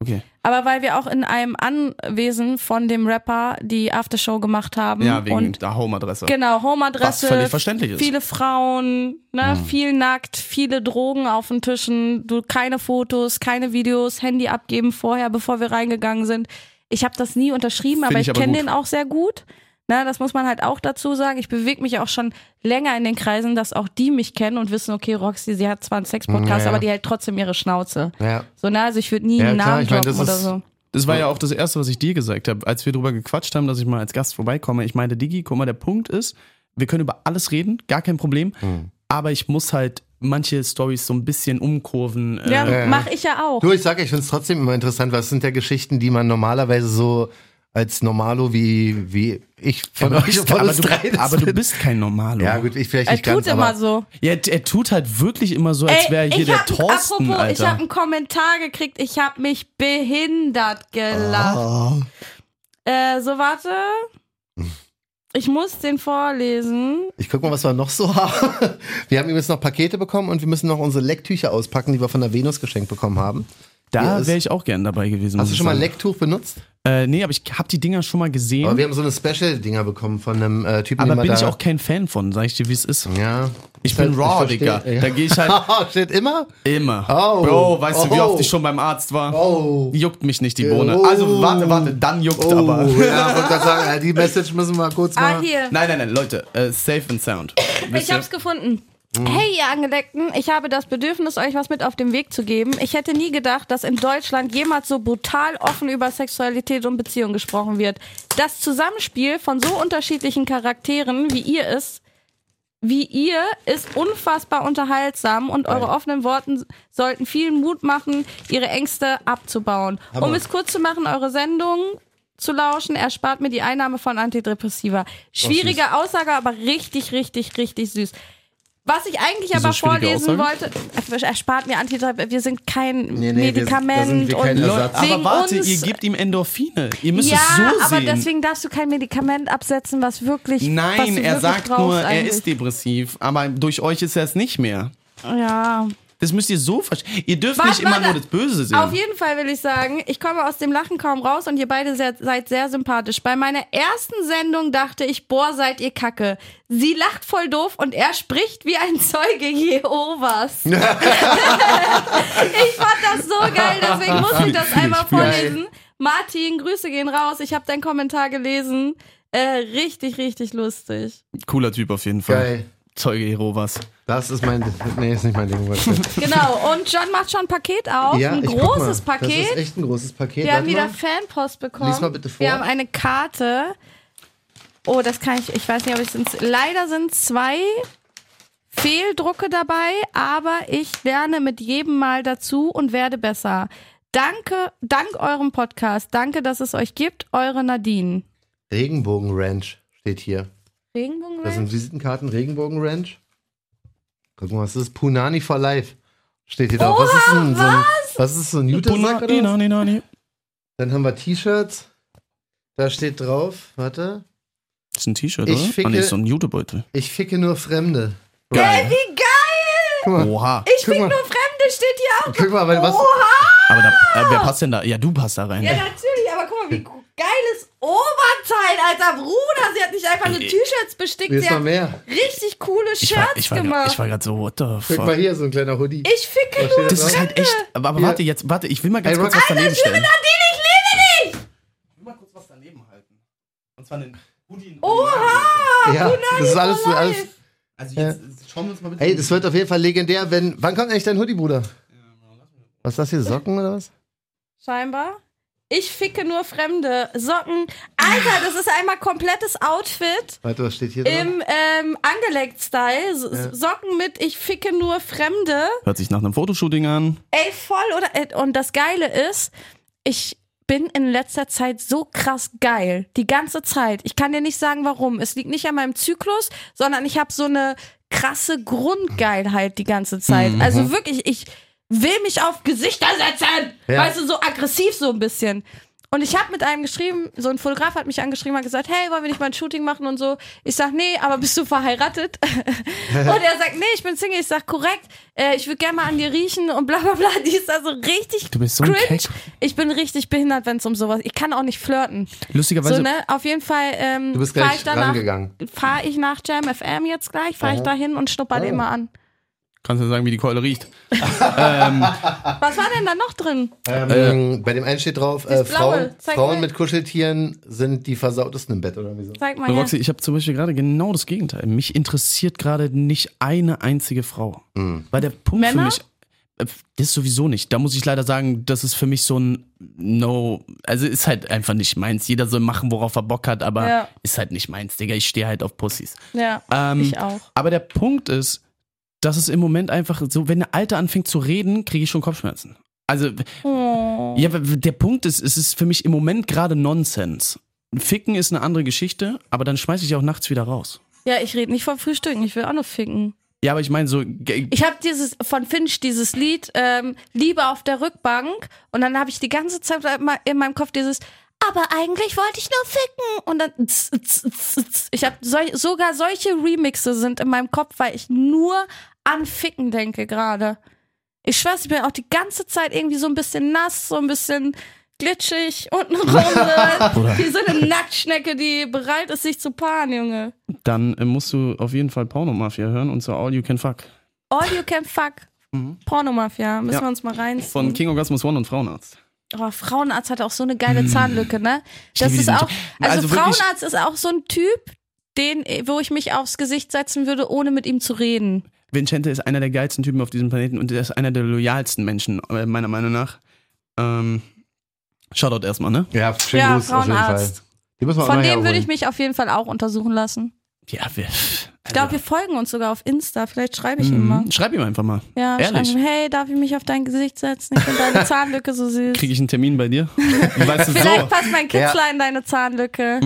Speaker 4: Okay.
Speaker 3: Aber weil wir auch in einem Anwesen von dem Rapper die Aftershow gemacht haben.
Speaker 4: Ja, wegen
Speaker 3: und
Speaker 4: der Home-Adresse.
Speaker 3: genau,
Speaker 4: Was völlig
Speaker 3: Homeadresse,
Speaker 4: verständlich ist. Mhm.
Speaker 3: viele Frauen, ne, viel nackt, viele Drogen auf den Tischen, du keine Fotos, keine Videos, Handy abgeben vorher, bevor wir reingegangen sind. Ich habe das nie unterschrieben, aber
Speaker 4: ich
Speaker 3: ich
Speaker 4: aber
Speaker 3: kenne
Speaker 4: gut.
Speaker 3: den auch sehr gut. Na, das muss man halt auch dazu sagen. Ich bewege mich auch schon länger in den Kreisen, dass auch die mich kennen und wissen, okay, Roxy, sie hat zwar einen Sex-Podcast,
Speaker 2: Ja, ja.
Speaker 3: aber die hält trotzdem ihre Schnauze.
Speaker 2: ja.
Speaker 3: So, ne, also ich würde nie
Speaker 2: Ja,
Speaker 3: einen
Speaker 2: klar,
Speaker 3: Namen
Speaker 2: ich mein,
Speaker 3: droppen
Speaker 2: das
Speaker 3: oder
Speaker 2: ist-
Speaker 3: so.
Speaker 4: Das war ja auch das Erste, was ich dir gesagt habe, als wir drüber gequatscht haben, dass ich mal als Gast vorbeikomme. Ich meinte, Digi, guck mal, der Punkt ist, wir können über alles reden, gar kein Problem,
Speaker 2: Hm.
Speaker 4: aber ich muss halt manche Stories so ein bisschen umkurven. äh,
Speaker 3: Ja,
Speaker 2: Äh,
Speaker 3: mach ich ja auch.
Speaker 2: Du, ich sag, ja, ich finde es trotzdem immer interessant, weil es sind ja Geschichten, die man normalerweise so als Normalo wie, wie ich von
Speaker 4: [laughs] aber,
Speaker 2: euch
Speaker 4: bist,
Speaker 2: und von
Speaker 4: aber,
Speaker 2: uns
Speaker 4: du,
Speaker 2: dreien das
Speaker 4: aber du
Speaker 2: bin.
Speaker 4: bist kein Normalo.
Speaker 2: Ja, gut, ich vielleicht
Speaker 3: Er
Speaker 2: nicht
Speaker 3: tut
Speaker 2: ganz,
Speaker 3: immer
Speaker 2: aber
Speaker 3: so.
Speaker 4: Ja, er tut halt wirklich immer so, als
Speaker 3: Ey,
Speaker 4: wäre hier
Speaker 3: ich
Speaker 4: der
Speaker 3: hab-
Speaker 4: Thorsten,
Speaker 3: apropos, ich habe
Speaker 4: Alter.
Speaker 3: einen Kommentar gekriegt, ich habe mich behindert gelacht.
Speaker 4: Ah.
Speaker 3: Äh, so, warte. Ich muss den vorlesen.
Speaker 2: ich guck mal, was wir noch so [laughs] haben. Wir haben übrigens noch Pakete bekommen und wir müssen noch unsere Lecktücher auspacken, die wir von der Venus geschenkt bekommen haben. Hier
Speaker 4: Da
Speaker 2: ist-
Speaker 4: wäre ich auch gern dabei gewesen. muss
Speaker 2: Hast du
Speaker 4: ich
Speaker 2: schon mal ein
Speaker 4: sagen.
Speaker 2: Lecktuch benutzt?
Speaker 4: Äh, nee, aber ich habe die Dinger schon mal gesehen.
Speaker 2: Aber
Speaker 4: Aber,
Speaker 2: wir haben so eine Special-Dinger bekommen von einem äh, Typen, den man
Speaker 4: bin
Speaker 2: da, Mhm.
Speaker 4: ich auch kein Fan von, sag ich dir, wie es ist.
Speaker 2: Ja.
Speaker 4: Ich
Speaker 2: Ist
Speaker 4: bin raw,
Speaker 2: versteh-
Speaker 4: Digga. Da geh ich halt-
Speaker 2: [laughs] Oh, Shit, immer?
Speaker 4: Immer.
Speaker 2: Oh.
Speaker 4: Bro, weißt du, wie
Speaker 2: Oh.
Speaker 4: oft ich schon beim Arzt war?
Speaker 2: Oh.
Speaker 4: Juckt mich nicht die Bohne.
Speaker 2: Oh.
Speaker 4: Also warte, warte, dann juckt
Speaker 2: Oh,
Speaker 4: aber. [laughs]
Speaker 2: [laughs] ja, wollte gerade sagen, ja, die Message müssen wir kurz
Speaker 3: Ah,
Speaker 2: mal.
Speaker 3: hier.
Speaker 4: Nein, nein, nein, Leute, äh, safe and sound. Wisst
Speaker 3: Ich
Speaker 4: ihr?
Speaker 3: hab's gefunden.
Speaker 4: Mhm.
Speaker 3: Hey, ihr Angedeckten, ich habe das Bedürfnis, euch was mit auf den Weg zu geben. Ich hätte nie gedacht, dass in Deutschland jemals so brutal offen über Sexualität und Beziehung gesprochen wird. Das Zusammenspiel von so unterschiedlichen Charakteren, wie ihr es, wie ihr, ist unfassbar unterhaltsam und eure offenen Worten sollten vielen Mut machen, ihre Ängste abzubauen. Um es kurz zu machen, eure Sendung zu lauschen, erspart mir die Einnahme von Antidepressiva. Schwierige Aussage, aber richtig, richtig, richtig süß. Was ich eigentlich aber
Speaker 4: schwierige
Speaker 3: vorlesen
Speaker 4: Aussage?
Speaker 3: wollte, erspart mir Antidepressiva, wir sind kein
Speaker 2: nee, wir sind- da sind
Speaker 3: Medikament
Speaker 2: wir kein
Speaker 3: und
Speaker 2: Ersatz.
Speaker 4: Leute, aber
Speaker 3: Wegen
Speaker 4: warte,
Speaker 3: uns-
Speaker 4: ihr gebt ihm Endorphine. Ihr müsst
Speaker 3: ja,
Speaker 4: es so
Speaker 3: aber
Speaker 4: sehen.
Speaker 3: deswegen darfst du kein Medikament absetzen, was wirklich. was
Speaker 4: Nein,
Speaker 3: du
Speaker 4: er
Speaker 3: wirklich
Speaker 4: sagt
Speaker 3: brauchst
Speaker 4: nur, er
Speaker 3: eigentlich.
Speaker 4: ist depressiv, aber durch euch ist er es nicht mehr.
Speaker 3: Ja.
Speaker 4: Das müsst ihr so verstehen. Ihr dürft
Speaker 3: Warte,
Speaker 4: nicht immer
Speaker 3: warte.
Speaker 4: nur das Böse sehen.
Speaker 3: Auf jeden Fall will ich sagen, ich komme aus dem Lachen kaum raus und ihr beide sehr, seid sehr sympathisch. Bei meiner ersten Sendung dachte ich, boah, seid ihr kacke. Sie lacht voll doof und er spricht wie ein Zeuge [laughs] Jehovas. ich fand das so geil, deswegen muss ich das einmal
Speaker 2: fühl ich.
Speaker 3: vorlesen. Martin, Grüße gehen raus. Ich habe deinen Kommentar gelesen. Äh, richtig, richtig lustig.
Speaker 4: Cooler Typ auf jeden Fall.
Speaker 2: Geil.
Speaker 4: Zeuge Jehovas.
Speaker 2: Das ist mein. Nee, ist nicht mein Ding. warte.
Speaker 3: Genau. Und John macht schon ein Paket auf. ein
Speaker 2: ich guck
Speaker 3: großes
Speaker 2: mal. Das ist
Speaker 3: Paket.
Speaker 2: echt ein großes Paket.
Speaker 3: Wir haben
Speaker 2: Warte
Speaker 3: wieder
Speaker 2: mal.
Speaker 3: Fanpost bekommen.
Speaker 2: Lies mal bitte vor.
Speaker 3: Wir haben eine Karte. Oh, das kann ich. Ich weiß nicht, ob ich es. Leider sind zwei Fehldrucke dabei, aber ich lerne mit jedem Mal dazu und werde besser. Danke, dank eurem Podcast. Danke, dass es euch gibt. Eure Nadine.
Speaker 2: Regenbogen Ranch steht hier.
Speaker 3: Regenbogen
Speaker 2: Das sind Visitenkarten Regenbogen Ranch. Guck mal, was ist das? Punani for Life. Steht hier drauf. Was ist denn so ein, was ist so ein Jutesack oder was?
Speaker 4: nani, nani.
Speaker 2: Dann haben wir T-Shirts. Da steht drauf, warte.
Speaker 4: Das ist ein T-Shirt,
Speaker 2: Ich
Speaker 4: oder?
Speaker 2: ficke-
Speaker 4: Ah, nee, ist so ein Jutebeutel.
Speaker 2: Ich ficke nur Fremde.
Speaker 4: Geil.
Speaker 3: Wie geil!
Speaker 2: Guck mal,
Speaker 4: Oha.
Speaker 3: Ich
Speaker 2: Guck
Speaker 3: fick nur
Speaker 2: mal.
Speaker 3: Fremde, steht hier auch.
Speaker 2: guck mal weil was,
Speaker 3: Oh,
Speaker 4: Aber da, äh, wer passt denn da? Ja, du passt da rein.
Speaker 3: Ja, natürlich, aber guck mal, wie gu- geiles Oberteil, alter Bruder. Sie hat nicht einfach
Speaker 2: Äh,
Speaker 3: nur T-Shirts bestickt,
Speaker 2: hier
Speaker 3: sie
Speaker 2: ist noch
Speaker 3: hat
Speaker 2: mehr.
Speaker 3: richtig coole Shirts
Speaker 4: ich war, ich war,
Speaker 3: gemacht.
Speaker 4: ich war gerade so, what the
Speaker 2: Guck mal
Speaker 4: fuck.
Speaker 2: hier, so ein kleiner Hoodie.
Speaker 3: ich ficke
Speaker 2: Da steht
Speaker 3: nur
Speaker 2: das
Speaker 4: Das
Speaker 2: drauf.
Speaker 4: ist halt echt. Aber, aber
Speaker 2: Ja.
Speaker 4: warte, jetzt, warte, ich will mal ganz
Speaker 2: Ey,
Speaker 4: kurz
Speaker 2: Rock-
Speaker 4: was daneben stellen.
Speaker 3: Nadine, ich liebe dich!
Speaker 4: Ich will mal kurz was daneben halten. Und zwar den Hoodie.
Speaker 3: Oha!
Speaker 2: ja, das ist alles, alles.
Speaker 4: Also
Speaker 2: jetzt,
Speaker 4: schauen wir uns mal bitte.
Speaker 2: Ey, das wird auf jeden Fall legendär, wenn. Wann kommt eigentlich dein Hoodie, Bruder? Was ist das hier? Socken oder was?
Speaker 3: Scheinbar. Ich ficke nur Fremde. Socken. Alter, das ist einmal komplettes Outfit
Speaker 2: Warte, was steht hier drauf?
Speaker 3: im ähm, Angelegt-Style. So- Socken mit Ich ficke nur Fremde.
Speaker 4: Hört sich nach einem Fotoshooting an.
Speaker 3: Ey, voll, oder? Ey, Und das Geile ist, ich bin in letzter Zeit so krass geil. Die ganze Zeit. Ich kann dir nicht sagen, warum. Es liegt nicht an meinem Zyklus, sondern ich habe so eine krasse Grundgeilheit die ganze Zeit.
Speaker 4: Mhm,
Speaker 3: Also wirklich, ich will mich auf Gesichter setzen.
Speaker 2: Ja.
Speaker 3: Weißt du, so aggressiv so ein bisschen. Und ich habe mit einem geschrieben, so ein Fotograf hat mich angeschrieben, hat gesagt, hey, wollen wir nicht mal ein Shooting machen und so. Ich sag, nee, aber bist du verheiratet? [laughs] Und er sagt, nee, ich bin Single. Ich sag, korrekt, äh, ich würde gerne mal an dir riechen und bla bla bla. Die ist also richtig
Speaker 4: Du bist so ein
Speaker 3: cringe.
Speaker 4: Keck.
Speaker 3: Ich bin richtig behindert, wenn es um sowas Ich kann auch nicht flirten.
Speaker 4: Lustigerweise.
Speaker 3: so, ne? Auf jeden Fall ähm,
Speaker 2: Du bist
Speaker 3: fahre
Speaker 2: gleich
Speaker 3: ich danach,
Speaker 2: rangegangen.
Speaker 3: fahre ich nach Jam FM jetzt gleich, fahre ich da hin und schnupper
Speaker 2: Oh.
Speaker 3: den mal an.
Speaker 4: Kannst du sagen, wie die Keule riecht?
Speaker 3: Was war denn da noch drin?
Speaker 2: Ähm, bei dem einen steht drauf, äh,
Speaker 3: Äh, Das Blaue,
Speaker 2: Frauen,
Speaker 3: zeig
Speaker 2: Frauen
Speaker 3: mal.
Speaker 2: mit Kuscheltieren sind die versautesten im Bett oder wieso?
Speaker 3: Zeig mal
Speaker 4: Aber
Speaker 3: her.
Speaker 4: Roxy, ich habe zum Beispiel gerade genau das Gegenteil. Mich interessiert gerade nicht eine einzige Frau. Weil der Punkt für
Speaker 3: Männer?
Speaker 4: mich. äh, Das sowieso nicht. Da muss ich leider sagen, das ist für mich so ein No. Also ist halt einfach nicht meins. Jeder soll machen, worauf er Bock hat, aber
Speaker 3: Ja.
Speaker 4: ist halt nicht meins, Digga. Ich stehe halt auf Pussys.
Speaker 3: Ja,
Speaker 4: Ähm,
Speaker 3: ich auch.
Speaker 4: Aber der Punkt ist, dass es im Moment einfach so, wenn eine Alte anfängt zu reden, kriege ich schon Kopfschmerzen. Also,
Speaker 3: Oh.
Speaker 4: ja, aber der Punkt ist, es ist für mich im Moment gerade Nonsens. Ficken ist eine andere Geschichte, aber dann schmeiße ich auch nachts wieder raus.
Speaker 3: Ja, ich rede nicht vom Frühstücken, ich will auch nur ficken.
Speaker 4: Ja, aber ich meine so, ge-
Speaker 3: Ich habe dieses von Finch dieses Lied ähm, Liebe auf der Rückbank und dann habe ich die ganze Zeit immer in meinem Kopf dieses aber eigentlich wollte ich nur ficken und dann tz, tz, tz, tz. ich habe sol sogar solche Remixe sind in meinem Kopf, weil ich nur an ficken denke gerade. Ich schwör's, ich bin auch die ganze Zeit irgendwie so ein bisschen nass, so ein bisschen glitschig unten rum, wie so eine Nacktschnecke, die bereit ist sich zu paaren, Junge.
Speaker 4: dann äh, musst du auf jeden Fall Pornomafia hören und zwar All You Can Fuck.
Speaker 3: All you can fuck. Pornomafia, müssen
Speaker 4: Ja.
Speaker 3: wir uns mal reinziehen.
Speaker 4: Von King Orgasmus One und Frauenarzt.
Speaker 3: Aber Oh, Frauenarzt hat auch so eine geile Zahnlücke, ne? Das
Speaker 4: Hm.
Speaker 3: ist
Speaker 4: liebe diesen
Speaker 3: auch, also,
Speaker 4: Also wirklich-
Speaker 3: Frauenarzt ist auch so ein Typ, den, wo ich mich aufs Gesicht setzen würde, ohne mit ihm zu reden.
Speaker 4: Vincente ist einer der geilsten Typen auf diesem Planeten und er ist einer der loyalsten Menschen, äh, meiner Meinung nach. Ähm, Shoutout erstmal, ne?
Speaker 2: Ja, schön
Speaker 3: Ja,
Speaker 2: Gruß auf jeden Fall.
Speaker 3: Frauenarzt.
Speaker 2: Die müssen wir
Speaker 4: Oh,
Speaker 2: auch
Speaker 3: Von
Speaker 2: mal
Speaker 3: dem würde ich
Speaker 2: herholen.
Speaker 3: mich auf jeden Fall auch untersuchen lassen.
Speaker 4: Ja, wir. Also-
Speaker 3: Ich glaube, wir folgen uns sogar auf Insta. Vielleicht schreibe ich ihm mal.
Speaker 4: Mhm. Schreib ihm einfach mal.
Speaker 3: Ja,
Speaker 4: Hm. Ehrlich.
Speaker 3: schreibe ihm, hey, darf ich mich auf dein Gesicht setzen? Ich finde
Speaker 4: [laughs]
Speaker 3: deine Zahnlücke so süß.
Speaker 4: Kriege ich einen Termin bei
Speaker 3: [laughs]
Speaker 4: dir? Weißt du,
Speaker 3: Vielleicht
Speaker 4: so, Hm.
Speaker 3: passt mein Kitzler in deine Zahnlücke.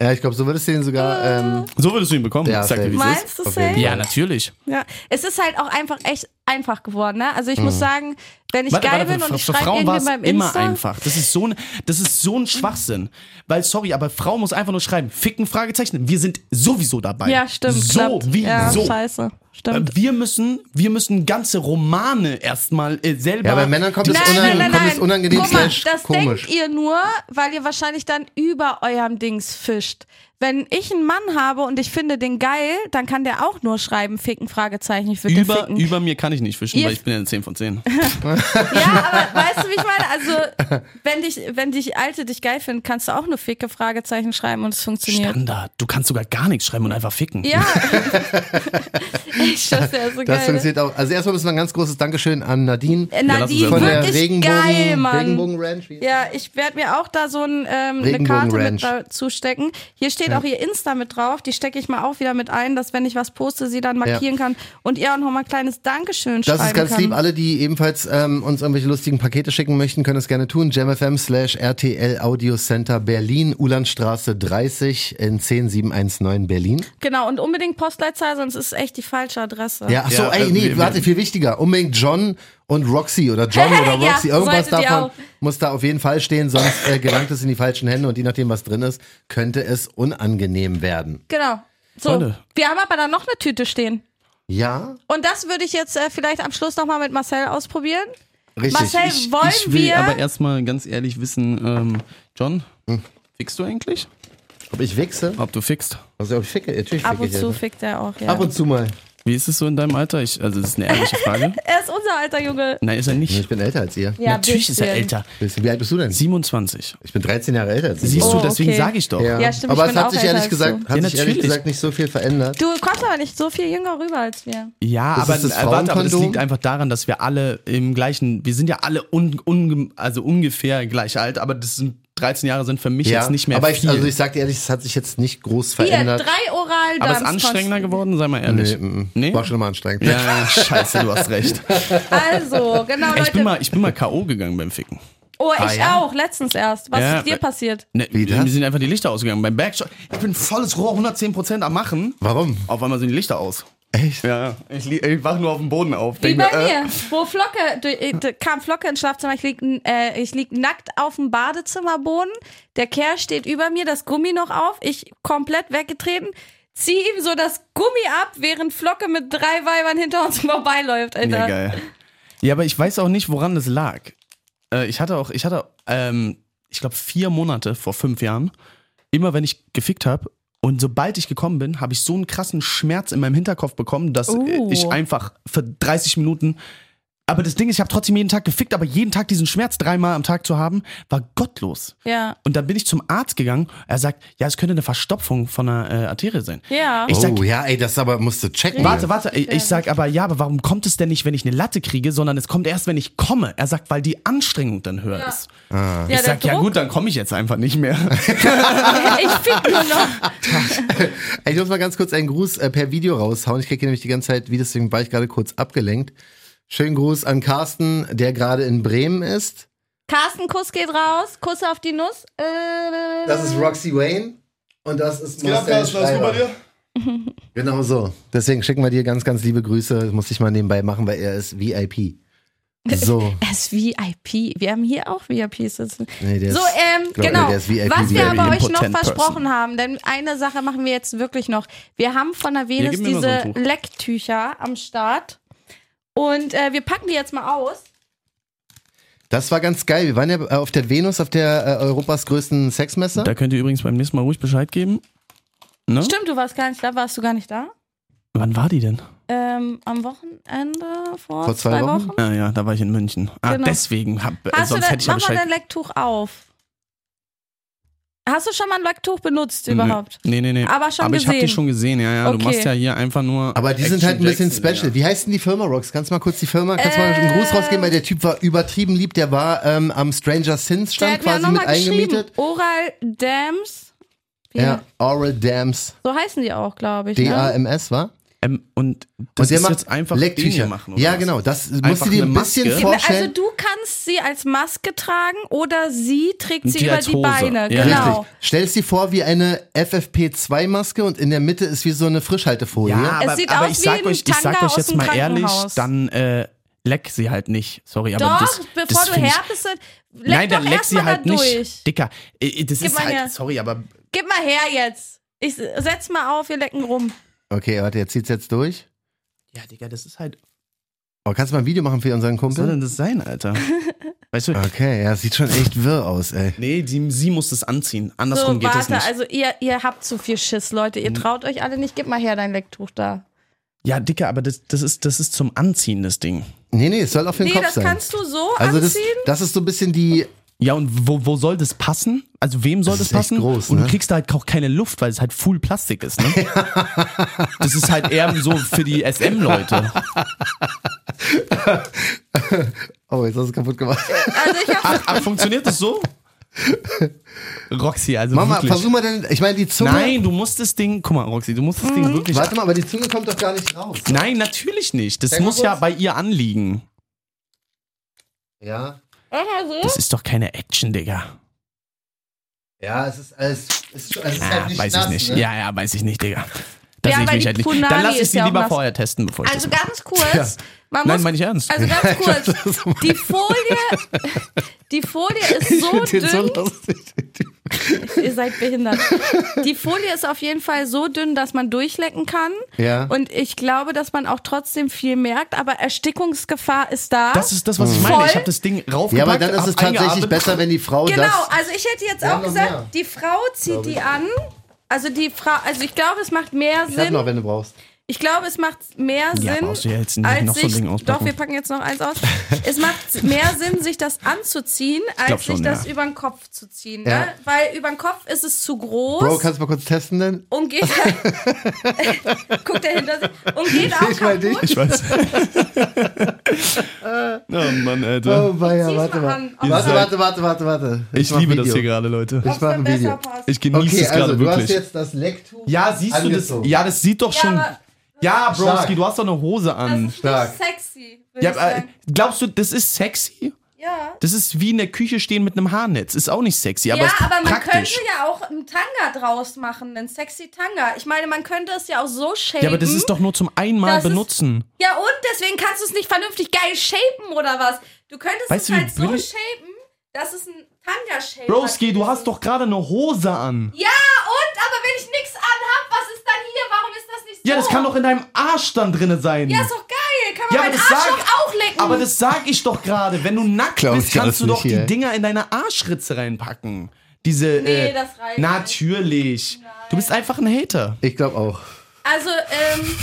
Speaker 2: Ja, ich glaube, so würdest du den sogar. Ähm,
Speaker 4: so würdest du ihn bekommen.
Speaker 2: Ja,
Speaker 4: ich sag dir, wie es ist.
Speaker 3: Äh, Meinst du,
Speaker 2: Auf jeden
Speaker 3: Sam?
Speaker 2: Fall.
Speaker 4: Ja, natürlich.
Speaker 3: Ja, es ist halt auch einfach echt einfach geworden, ne? Also ich muss sagen, wenn ich
Speaker 4: Hm. Warte,
Speaker 3: geil
Speaker 4: warte,
Speaker 3: bin
Speaker 4: für,
Speaker 3: und ich
Speaker 4: für
Speaker 3: schreibe
Speaker 4: Frauen war
Speaker 3: irgendwie
Speaker 4: es
Speaker 3: beim
Speaker 4: immer
Speaker 3: Insta,
Speaker 4: einfach. Das ist, so ein, das ist so ein Schwachsinn. Weil, sorry, aber Frau muss einfach nur schreiben, ficken, Fragezeichen. Wir sind sowieso dabei.
Speaker 3: Ja, stimmt.
Speaker 4: So,
Speaker 3: klappt.
Speaker 4: wie
Speaker 3: ja,
Speaker 4: so.
Speaker 3: Scheiße.
Speaker 4: Äh,
Speaker 3: Stimmt.
Speaker 4: Wir müssen, wir müssen ganze Romane erstmal äh, selber.
Speaker 2: ja, bei Männern kommt es
Speaker 3: Nein, nein,
Speaker 2: unangenehm,
Speaker 3: nein,
Speaker 2: kommt
Speaker 3: nein.
Speaker 2: es unangenehm
Speaker 3: Guck mal,
Speaker 2: slash
Speaker 3: das
Speaker 2: komisch.
Speaker 3: denkt ihr nur, weil ihr wahrscheinlich dann über eurem Dings fischt. Wenn ich einen Mann habe und ich finde den geil, dann kann der auch nur schreiben, ficken, Fragezeichen, ich würde den
Speaker 4: Über,
Speaker 3: ficken.
Speaker 4: über mir kann ich nicht fischen,
Speaker 3: Ihr-
Speaker 4: weil ich bin ja eine 10 von 10.
Speaker 3: Ja, aber weißt du, wie ich meine? Also, wenn dich, wenn dich Alte dich geil finden, kannst du auch nur Ficke Fragezeichen schreiben und es funktioniert.
Speaker 4: Standard. Du kannst sogar gar nichts schreiben und einfach ficken.
Speaker 3: Ja. [laughs] ich schwör's dir, das ist so
Speaker 2: Das
Speaker 3: geil.
Speaker 2: funktioniert auch. Also erstmal müssen wir ein ganz großes Dankeschön an Nadine
Speaker 3: Äh,
Speaker 4: Ja, lass uns
Speaker 3: Nadine,
Speaker 2: von der
Speaker 3: wirklich
Speaker 2: Regenbogen,
Speaker 3: geil, Mann.
Speaker 2: Regenbogen Ranch. wie-
Speaker 3: Ja, ich werde mir auch da so ein, ähm, eine
Speaker 2: Regenbogen
Speaker 3: Karte
Speaker 2: Ranch.
Speaker 3: mit dazu stecken. Hier steht auch ihr Insta mit drauf. Die stecke ich mal auch wieder mit ein, dass wenn ich was poste, sie dann markieren kann und ihr auch nochmal ein kleines Dankeschön schreiben
Speaker 2: Das ist ganz
Speaker 3: kann.
Speaker 2: lieb. Alle, die ebenfalls ähm, uns irgendwelche lustigen Pakete schicken möchten, können es gerne tun. jamfm slash RTL Audio Center Berlin, Ulandstraße 30 in 10719 Berlin.
Speaker 3: Genau, und unbedingt Postleitzahl, sonst ist es echt die falsche Adresse.
Speaker 2: Ja, ach so,
Speaker 4: Ja,
Speaker 2: ey,
Speaker 4: äh,
Speaker 2: nee,
Speaker 4: wir-
Speaker 2: warte,
Speaker 4: wir-
Speaker 2: viel wichtiger. Unbedingt John und Roxy oder John oder
Speaker 3: Ja,
Speaker 2: Roxy. Irgendwas
Speaker 3: sollte die
Speaker 2: davon
Speaker 3: auch.
Speaker 2: muss da auf jeden Fall stehen, sonst äh, gelangt es in die falschen Hände und je nachdem, was drin ist, könnte es unangenehm werden.
Speaker 3: Genau. So,
Speaker 4: Freunde.
Speaker 3: wir haben aber dann noch eine Tüte stehen.
Speaker 2: Ja,
Speaker 3: Und das würde ich jetzt äh, vielleicht am Schluss nochmal mit Marcel ausprobieren.
Speaker 2: richtig.
Speaker 3: Marcel, wollen
Speaker 4: ich will
Speaker 3: wir.
Speaker 4: aber erstmal ganz ehrlich wissen, ähm, John,
Speaker 2: Hm.
Speaker 4: fickst du eigentlich?
Speaker 2: Ob ich wichse?
Speaker 4: Ob du fickst?
Speaker 2: Also, ob ich ficke? Natürlich
Speaker 3: Ab
Speaker 2: ficke
Speaker 3: und
Speaker 2: ich
Speaker 3: zu
Speaker 2: jetzt. ne?
Speaker 3: fickt er auch, ja.
Speaker 2: Ab und zu mal.
Speaker 4: Wie ist es so in deinem Alter? Ich, also das ist eine ehrliche
Speaker 3: [laughs]
Speaker 4: Frage.
Speaker 3: er ist unser alter Junge.
Speaker 4: Nein, ist er nicht.
Speaker 2: Ich bin älter als ihr.
Speaker 3: Ja,
Speaker 4: Natürlich ist er
Speaker 3: bisschen.
Speaker 4: älter.
Speaker 2: Bist du- Wie alt bist du denn?
Speaker 4: 27.
Speaker 2: Ich bin 13 Jahre älter als ihr.
Speaker 4: Siehst
Speaker 3: Oh,
Speaker 4: du, deswegen
Speaker 3: okay.
Speaker 4: sage ich doch.
Speaker 3: Ja, stimmt,
Speaker 2: Aber
Speaker 3: ich
Speaker 2: es
Speaker 3: bin
Speaker 2: hat
Speaker 3: auch
Speaker 2: sich
Speaker 3: älter
Speaker 2: ehrlich
Speaker 3: als
Speaker 2: gesagt,
Speaker 3: du.
Speaker 2: hat
Speaker 4: Ja,
Speaker 2: sich ehrlich
Speaker 4: natürlich.
Speaker 2: gesagt nicht so viel verändert.
Speaker 3: Du kommst aber nicht so viel jünger rüber als wir.
Speaker 4: Ja,
Speaker 2: Ist
Speaker 4: aber,
Speaker 2: es das
Speaker 4: aber warte, aber das
Speaker 2: Frauenkondom?
Speaker 4: liegt einfach daran, dass wir alle im gleichen, wir sind ja alle un, un, also ungefähr gleich alt, aber das sind 13 Jahre sind für mich jetzt nicht mehr
Speaker 2: aber ich,
Speaker 4: viel.
Speaker 2: also ich sag dir ehrlich, es hat sich jetzt nicht groß
Speaker 3: Hier,
Speaker 2: verändert.
Speaker 3: drei oral
Speaker 4: aber es ist anstrengender geworden, sei mal
Speaker 2: nee,
Speaker 4: ehrlich.
Speaker 2: mm, mm. War schon mal anstrengend.
Speaker 4: Ja, scheiße, du
Speaker 3: [laughs]
Speaker 4: hast recht.
Speaker 3: Also, genau,
Speaker 4: Ey, ich bin
Speaker 3: Leute.
Speaker 4: mal, ich bin mal K.O. gegangen beim Ficken.
Speaker 3: Oh, ich
Speaker 2: Ah, ja?
Speaker 3: auch, letztens erst. Was
Speaker 4: Ja,
Speaker 3: ist dir
Speaker 4: äh,
Speaker 3: passiert?
Speaker 4: Ne,
Speaker 2: Wie das?
Speaker 4: Mir sind einfach die Lichter ausgegangen. Beim Backshot. Ich bin volles Rohr, 110% am Machen.
Speaker 2: Warum?
Speaker 4: Auf einmal sind die Lichter aus.
Speaker 2: Echt?
Speaker 4: Ja, ich, li- ich wach nur auf dem Boden auf.
Speaker 3: Wie
Speaker 4: Denk
Speaker 3: bei
Speaker 4: äh,
Speaker 3: mir, wo Flocke, du- äh, d- kam Flocke ins Schlafzimmer, ich lieg, äh, ich lieg nackt auf dem Badezimmerboden, der Kerl steht über mir, das Gummi noch auf, ich komplett weggetreten, zieh ihm so das Gummi ab, während Flocke mit drei Weibern hinter uns [laughs] vorbeiläuft,
Speaker 4: Nee,
Speaker 3: Alter.
Speaker 4: geil. Ja, aber ich weiß auch nicht, woran das lag. Äh, ich hatte auch, ich hatte, ähm, ich glaube, vier Monate vor fünf Jahren, immer wenn ich gefickt habe und sobald ich gekommen bin, habe ich so einen krassen Schmerz in meinem Hinterkopf bekommen, dass
Speaker 3: Oh.
Speaker 4: äh, ich einfach für 30 Minuten. Aber das Ding ist, ich habe trotzdem jeden Tag gefickt, aber jeden Tag diesen Schmerz dreimal am Tag zu haben, war gottlos.
Speaker 3: ja.
Speaker 4: Und dann bin ich zum Arzt gegangen. Er sagt, ja, es könnte eine Verstopfung von einer äh, Arterie sein.
Speaker 3: Ja.
Speaker 4: Ich sag,
Speaker 2: oh ja, ey, das aber musst du checken.
Speaker 4: Warte, warte, ich, ich sag aber, ja, aber warum kommt es denn nicht, wenn ich eine Latte kriege, sondern es kommt erst, wenn ich komme? Er sagt, weil die Anstrengung dann höher ist.
Speaker 3: ja,
Speaker 4: Ich sag, ja gut, dann komme ich jetzt einfach nicht mehr.
Speaker 3: [laughs] Ich fick nur noch.
Speaker 2: Ey, Ich muss mal ganz kurz einen Gruß äh, per Video raushauen. Ich kriege hier nämlich die ganze Zeit, wie deswegen war ich gerade kurz abgelenkt. Schönen Gruß an Carsten, der gerade in Bremen ist.
Speaker 3: [laughs] Carsten, Kuss geht raus, Kuss auf die Nuss. Äh,
Speaker 2: Das ist Roxy Wayne und das ist Marcel Schreiber.
Speaker 3: [laughs]
Speaker 2: Genau so. Deswegen schicken wir dir ganz, ganz liebe Grüße. Das muss ich mal nebenbei machen, weil er ist VIP. So.
Speaker 3: Das VIP. Wir haben hier auch VIPs sitzen.
Speaker 2: Nee,
Speaker 3: [laughs]
Speaker 2: der
Speaker 3: So,
Speaker 2: ist,
Speaker 3: ähm,
Speaker 2: glaub,
Speaker 3: genau.
Speaker 2: Der ist VIP,
Speaker 3: Was wir
Speaker 2: VIP.
Speaker 3: aber euch noch
Speaker 4: Impotent Person.
Speaker 3: versprochen haben, denn eine Sache machen wir jetzt wirklich noch. Wir haben von der Venus
Speaker 4: gib mir mal so
Speaker 3: diese
Speaker 4: ein Tuch.
Speaker 3: Lecktücher am Start. Und äh, wir packen die jetzt mal aus.
Speaker 2: Das war ganz geil. Wir waren ja äh, auf der Venus, auf der äh, Europas größten Sexmesse.
Speaker 4: Da könnt ihr übrigens beim nächsten Mal ruhig Bescheid geben. Ne?
Speaker 3: Stimmt, du warst gar nicht da. Warst du gar nicht da?
Speaker 4: Wann war die denn?
Speaker 3: Ähm, am Wochenende vor,
Speaker 2: Vor zwei
Speaker 3: zwei
Speaker 2: Wochen?
Speaker 3: Wochen.
Speaker 4: Ah ja, da war ich in München. Ah,
Speaker 3: Genau.
Speaker 4: deswegen. Hab, äh,
Speaker 3: Hast du
Speaker 4: sonst
Speaker 3: denn,
Speaker 4: hätte ich ja
Speaker 3: mach mal dein
Speaker 4: Bescheid.
Speaker 3: Lecktuch auf. Hast du schon mal ein Lecktuch benutzt überhaupt?
Speaker 4: Nee, nee, nee.
Speaker 3: Aber schon
Speaker 4: ich habe die
Speaker 3: gesehen.
Speaker 4: schon gesehen, ja, ja. Du
Speaker 3: Okay.
Speaker 4: machst ja hier einfach nur.
Speaker 2: Aber die sind
Speaker 4: Action
Speaker 2: halt ein bisschen
Speaker 4: Jackson,
Speaker 2: special. Wie heißt denn die Firma, Rox? Kannst du mal kurz die Firma, kannst du mal einen Gruß rausgeben, weil der Typ war übertrieben lieb. Der war ähm, am Stranger Sins
Speaker 3: Der
Speaker 2: Stand
Speaker 3: hat mir auch
Speaker 2: quasi mit
Speaker 3: nochmal geschrieben.
Speaker 2: eingemietet.
Speaker 3: Oral Dams. Wie-
Speaker 2: Ja, Oral Dams,
Speaker 3: So heißen die auch, glaube ich. Ne?
Speaker 2: D-A-M-S, war?
Speaker 4: Ja. Ähm, und das
Speaker 2: und der
Speaker 4: ist
Speaker 2: macht
Speaker 4: jetzt einfach
Speaker 2: Lecktücher.
Speaker 4: Dinge machen. oder
Speaker 2: ja,
Speaker 4: was?
Speaker 2: genau. Das musst du
Speaker 4: Einfach
Speaker 2: dir
Speaker 4: eine
Speaker 2: ein bisschen
Speaker 4: Maske.
Speaker 3: Also
Speaker 2: vorstellen.
Speaker 3: du kannst sie als Maske tragen oder sie trägt
Speaker 4: Und
Speaker 3: sie
Speaker 4: die
Speaker 3: über
Speaker 4: als
Speaker 3: die
Speaker 4: Hose.
Speaker 3: Beine.
Speaker 4: Ja.
Speaker 3: Genau.
Speaker 2: Richtig. Stellst dir vor wie eine FFP2-Maske und in der Mitte ist wie so eine Frischhaltefolie.
Speaker 4: Ja,
Speaker 3: Es
Speaker 4: aber,
Speaker 3: sieht
Speaker 4: aber
Speaker 3: aus
Speaker 4: ich
Speaker 3: wie
Speaker 4: sag
Speaker 3: ein
Speaker 4: euch, ich sag
Speaker 3: Tanga
Speaker 4: euch
Speaker 3: aus
Speaker 4: jetzt
Speaker 3: dem
Speaker 4: mal ehrlich,
Speaker 3: Krankenhaus.
Speaker 4: dann äh, leck sie halt nicht. Sorry, aber
Speaker 3: Doch,
Speaker 4: das,
Speaker 3: bevor
Speaker 4: das
Speaker 3: du
Speaker 4: find ich-
Speaker 3: her bist, leck
Speaker 4: Nein,
Speaker 3: doch
Speaker 4: dann leck sie
Speaker 3: erstmal
Speaker 4: halt
Speaker 3: da durch.
Speaker 4: nicht. Dicker, äh, äh, das
Speaker 3: Gib
Speaker 4: ist
Speaker 3: mal
Speaker 4: halt,
Speaker 3: her.
Speaker 4: sorry, aber
Speaker 3: Gib mal her jetzt. Ich setz mal auf, wir lecken rum.
Speaker 2: Okay, warte, er zieht's jetzt durch.
Speaker 4: ja, Digga, das ist halt
Speaker 2: Aber kannst du mal ein Video machen für unseren
Speaker 4: Was soll
Speaker 2: Kumpel?
Speaker 4: denn das sein,
Speaker 3: [laughs]
Speaker 4: Alter? Weißt du?
Speaker 2: Okay, ja, sieht schon echt wirr aus, ey.
Speaker 4: Nee, sie, sie muss es anziehen. Andersrum
Speaker 3: so,
Speaker 4: geht
Speaker 3: warte,
Speaker 4: es nicht. Mhm.
Speaker 3: also ihr, ihr habt zu viel Schiss, Leute. Ihr traut euch alle nicht. Gib mal her dein Lecktuch da.
Speaker 4: ja, Dicker, aber das, das, ist, das ist zum Anziehen, das Ding.
Speaker 2: Nee, nee, es soll auf den
Speaker 3: Nee,
Speaker 2: Kopf
Speaker 3: das
Speaker 2: sein.
Speaker 3: kannst du so
Speaker 2: also das,
Speaker 3: anziehen.
Speaker 2: das ist so ein bisschen die,
Speaker 4: Ja, und wo, wo soll das passen? Also wem
Speaker 2: Das
Speaker 4: soll das,
Speaker 2: ist echt
Speaker 4: passen?
Speaker 2: groß,
Speaker 4: und du
Speaker 2: ne?
Speaker 4: kriegst da halt auch keine Luft, weil es halt full Plastik
Speaker 2: [laughs]
Speaker 4: ist, ne? das ist halt eher so für die SM-Leute.
Speaker 2: oh, jetzt hast du es kaputt gemacht.
Speaker 4: Äh,
Speaker 3: also ich
Speaker 4: [laughs]
Speaker 3: hab,
Speaker 4: Aber funktioniert das so? Roxy, also
Speaker 2: Mama,
Speaker 4: wirklich.
Speaker 2: versuch mal denn, ich meine, die Zunge,
Speaker 4: Nein, du musst das Ding, guck mal, Roxy, du musst das Ding wirklich.
Speaker 2: Hm? warte mal, aber die Zunge kommt doch gar nicht raus.
Speaker 4: Nein, natürlich nicht. Das
Speaker 2: Sag mal
Speaker 4: muss ja
Speaker 2: kurz.
Speaker 4: bei ihr anliegen.
Speaker 2: Ja,
Speaker 4: Das ist doch keine Action, Digga.
Speaker 2: ja, es ist alles, es ist, es ist
Speaker 4: Ja,
Speaker 2: halt nicht
Speaker 4: Ah, weiß
Speaker 2: nass,
Speaker 4: ich nicht.
Speaker 2: Ne?
Speaker 4: Ja, ja, weiß ich nicht, Digga. Da
Speaker 3: Ja,
Speaker 4: sehe ich
Speaker 3: aber
Speaker 4: mich
Speaker 3: die
Speaker 4: halt nicht.
Speaker 3: Punani
Speaker 4: Dann lass ich
Speaker 3: ist
Speaker 4: sie
Speaker 3: ja auch
Speaker 4: lieber
Speaker 3: nass.
Speaker 4: vorher testen, bevor ich
Speaker 3: also
Speaker 4: das mache.
Speaker 3: ganz kurz. Man
Speaker 4: Nein,
Speaker 3: muss,
Speaker 4: meine [laughs] ich ernst.
Speaker 3: also ganz kurz.
Speaker 4: [laughs]
Speaker 3: Die Folie, die Folie ist so
Speaker 2: Den Zunge
Speaker 3: dünn.
Speaker 2: lass ich nicht.
Speaker 3: Ihr seid behindert. Die Folie ist auf jeden Fall so dünn, dass man durchlecken kann.
Speaker 2: Ja.
Speaker 3: Und ich glaube, dass man auch trotzdem viel merkt, aber Erstickungsgefahr ist da.
Speaker 4: Das ist das, was ich
Speaker 3: Voll.
Speaker 4: meine. Ich habe das Ding raufgepackt.
Speaker 2: Ja, aber dann ist es
Speaker 4: hab
Speaker 2: tatsächlich
Speaker 4: eingeatmet.
Speaker 2: besser, wenn die Frau
Speaker 3: genau,
Speaker 2: das.
Speaker 3: also ich hätte jetzt
Speaker 2: haben
Speaker 3: auch
Speaker 2: noch
Speaker 3: gesagt,
Speaker 2: mehr.
Speaker 3: die Frau zieht die an. Also die Frau, also ich glaube, es macht mehr
Speaker 2: Ich hab
Speaker 3: Sinn.
Speaker 2: noch, wenn du brauchst.
Speaker 3: Ich glaube, es macht mehr
Speaker 4: Ja,
Speaker 3: Sinn,
Speaker 4: brauchst du ja jetzt nicht
Speaker 3: als
Speaker 4: noch so ein
Speaker 3: sich,
Speaker 4: Ding auspacken.
Speaker 3: Doch, wir packen jetzt noch eins
Speaker 4: [laughs]
Speaker 3: aus. es macht mehr Sinn, sich das anzuziehen,
Speaker 4: glaub
Speaker 3: als sich
Speaker 4: schon,
Speaker 3: das
Speaker 4: ja.
Speaker 3: über den Kopf zu ziehen.
Speaker 2: Ja.
Speaker 3: Ne? Weil über den Kopf ist es zu groß.
Speaker 2: Bro, kannst du mal kurz testen denn?
Speaker 3: und geht
Speaker 4: [laughs]
Speaker 3: guckt er hinter sich und geht auch
Speaker 2: Ich mal dich.
Speaker 3: kaputt.
Speaker 2: [laughs]
Speaker 4: Ich weiß. oh Mann, Alter.
Speaker 2: Oh, weia,
Speaker 3: Äh, Zieh's
Speaker 2: warte
Speaker 3: mal
Speaker 2: mal.
Speaker 3: an.
Speaker 2: Warte,
Speaker 4: Ihr
Speaker 2: warte, warte, warte, warte.
Speaker 4: Ich
Speaker 2: mach
Speaker 4: liebe
Speaker 2: Video.
Speaker 4: das hier gerade, Leute.
Speaker 2: Ich mach ein Video.
Speaker 4: Ich genieße
Speaker 2: Okay,
Speaker 4: es gerade
Speaker 2: also du hast
Speaker 4: wirklich.
Speaker 2: jetzt das Lecktuch.
Speaker 4: ja, siehst du
Speaker 2: angezogen.
Speaker 4: das? Ja, das sieht doch schon.
Speaker 3: aber-
Speaker 4: Ja, Broski,
Speaker 2: Stark.
Speaker 4: du hast doch eine Hose an.
Speaker 2: Stark.
Speaker 3: Stark. Sexy. würd
Speaker 4: Ja,
Speaker 3: ich
Speaker 4: aber,
Speaker 3: sagen.
Speaker 4: glaubst du, das ist sexy?
Speaker 3: ja.
Speaker 4: Das ist wie in der Küche stehen mit einem Haarnetz. Ist auch nicht sexy, aber
Speaker 3: ja,
Speaker 4: es ist
Speaker 3: aber man
Speaker 4: praktisch.
Speaker 3: könnte ja auch einen Tanga draus machen, einen sexy Tanga. Ich meine, man könnte es ja auch so shapen.
Speaker 4: ja, aber das ist doch nur zum einmal
Speaker 3: Das ist-
Speaker 4: benutzen.
Speaker 3: Ja, und deswegen kannst du es nicht vernünftig geil shapen oder was? Du könntest
Speaker 4: Weißt du,
Speaker 3: es
Speaker 4: wie
Speaker 3: halt so
Speaker 4: billig-
Speaker 3: shapen, dass es ein Tanga shape
Speaker 4: Broski, du hast doch gerade eine Hose an.
Speaker 3: Ja, und aber wenn ich nichts anhab, was ist dann hier? Warum ist das nicht so?
Speaker 4: Ja, das kann doch in deinem Arsch dann drinne sein.
Speaker 3: Ja, ist doch geil. Kann man
Speaker 4: Hm. Ja, aber
Speaker 3: meinen
Speaker 4: das
Speaker 3: Arsch
Speaker 4: sag-
Speaker 3: auch, auch lecken.
Speaker 4: Aber das sag ich doch gerade. Wenn du nackt
Speaker 2: Glaub
Speaker 4: bist,
Speaker 2: ich alles
Speaker 4: kannst du doch
Speaker 2: nicht,
Speaker 4: die
Speaker 2: ey.
Speaker 4: Dinger in deine Arschritze reinpacken. Diese.
Speaker 3: Nee,
Speaker 4: äh,
Speaker 3: das reicht
Speaker 4: Natürlich. Du bist einfach ein Hater.
Speaker 2: Ich glaube auch.
Speaker 3: Also, ähm.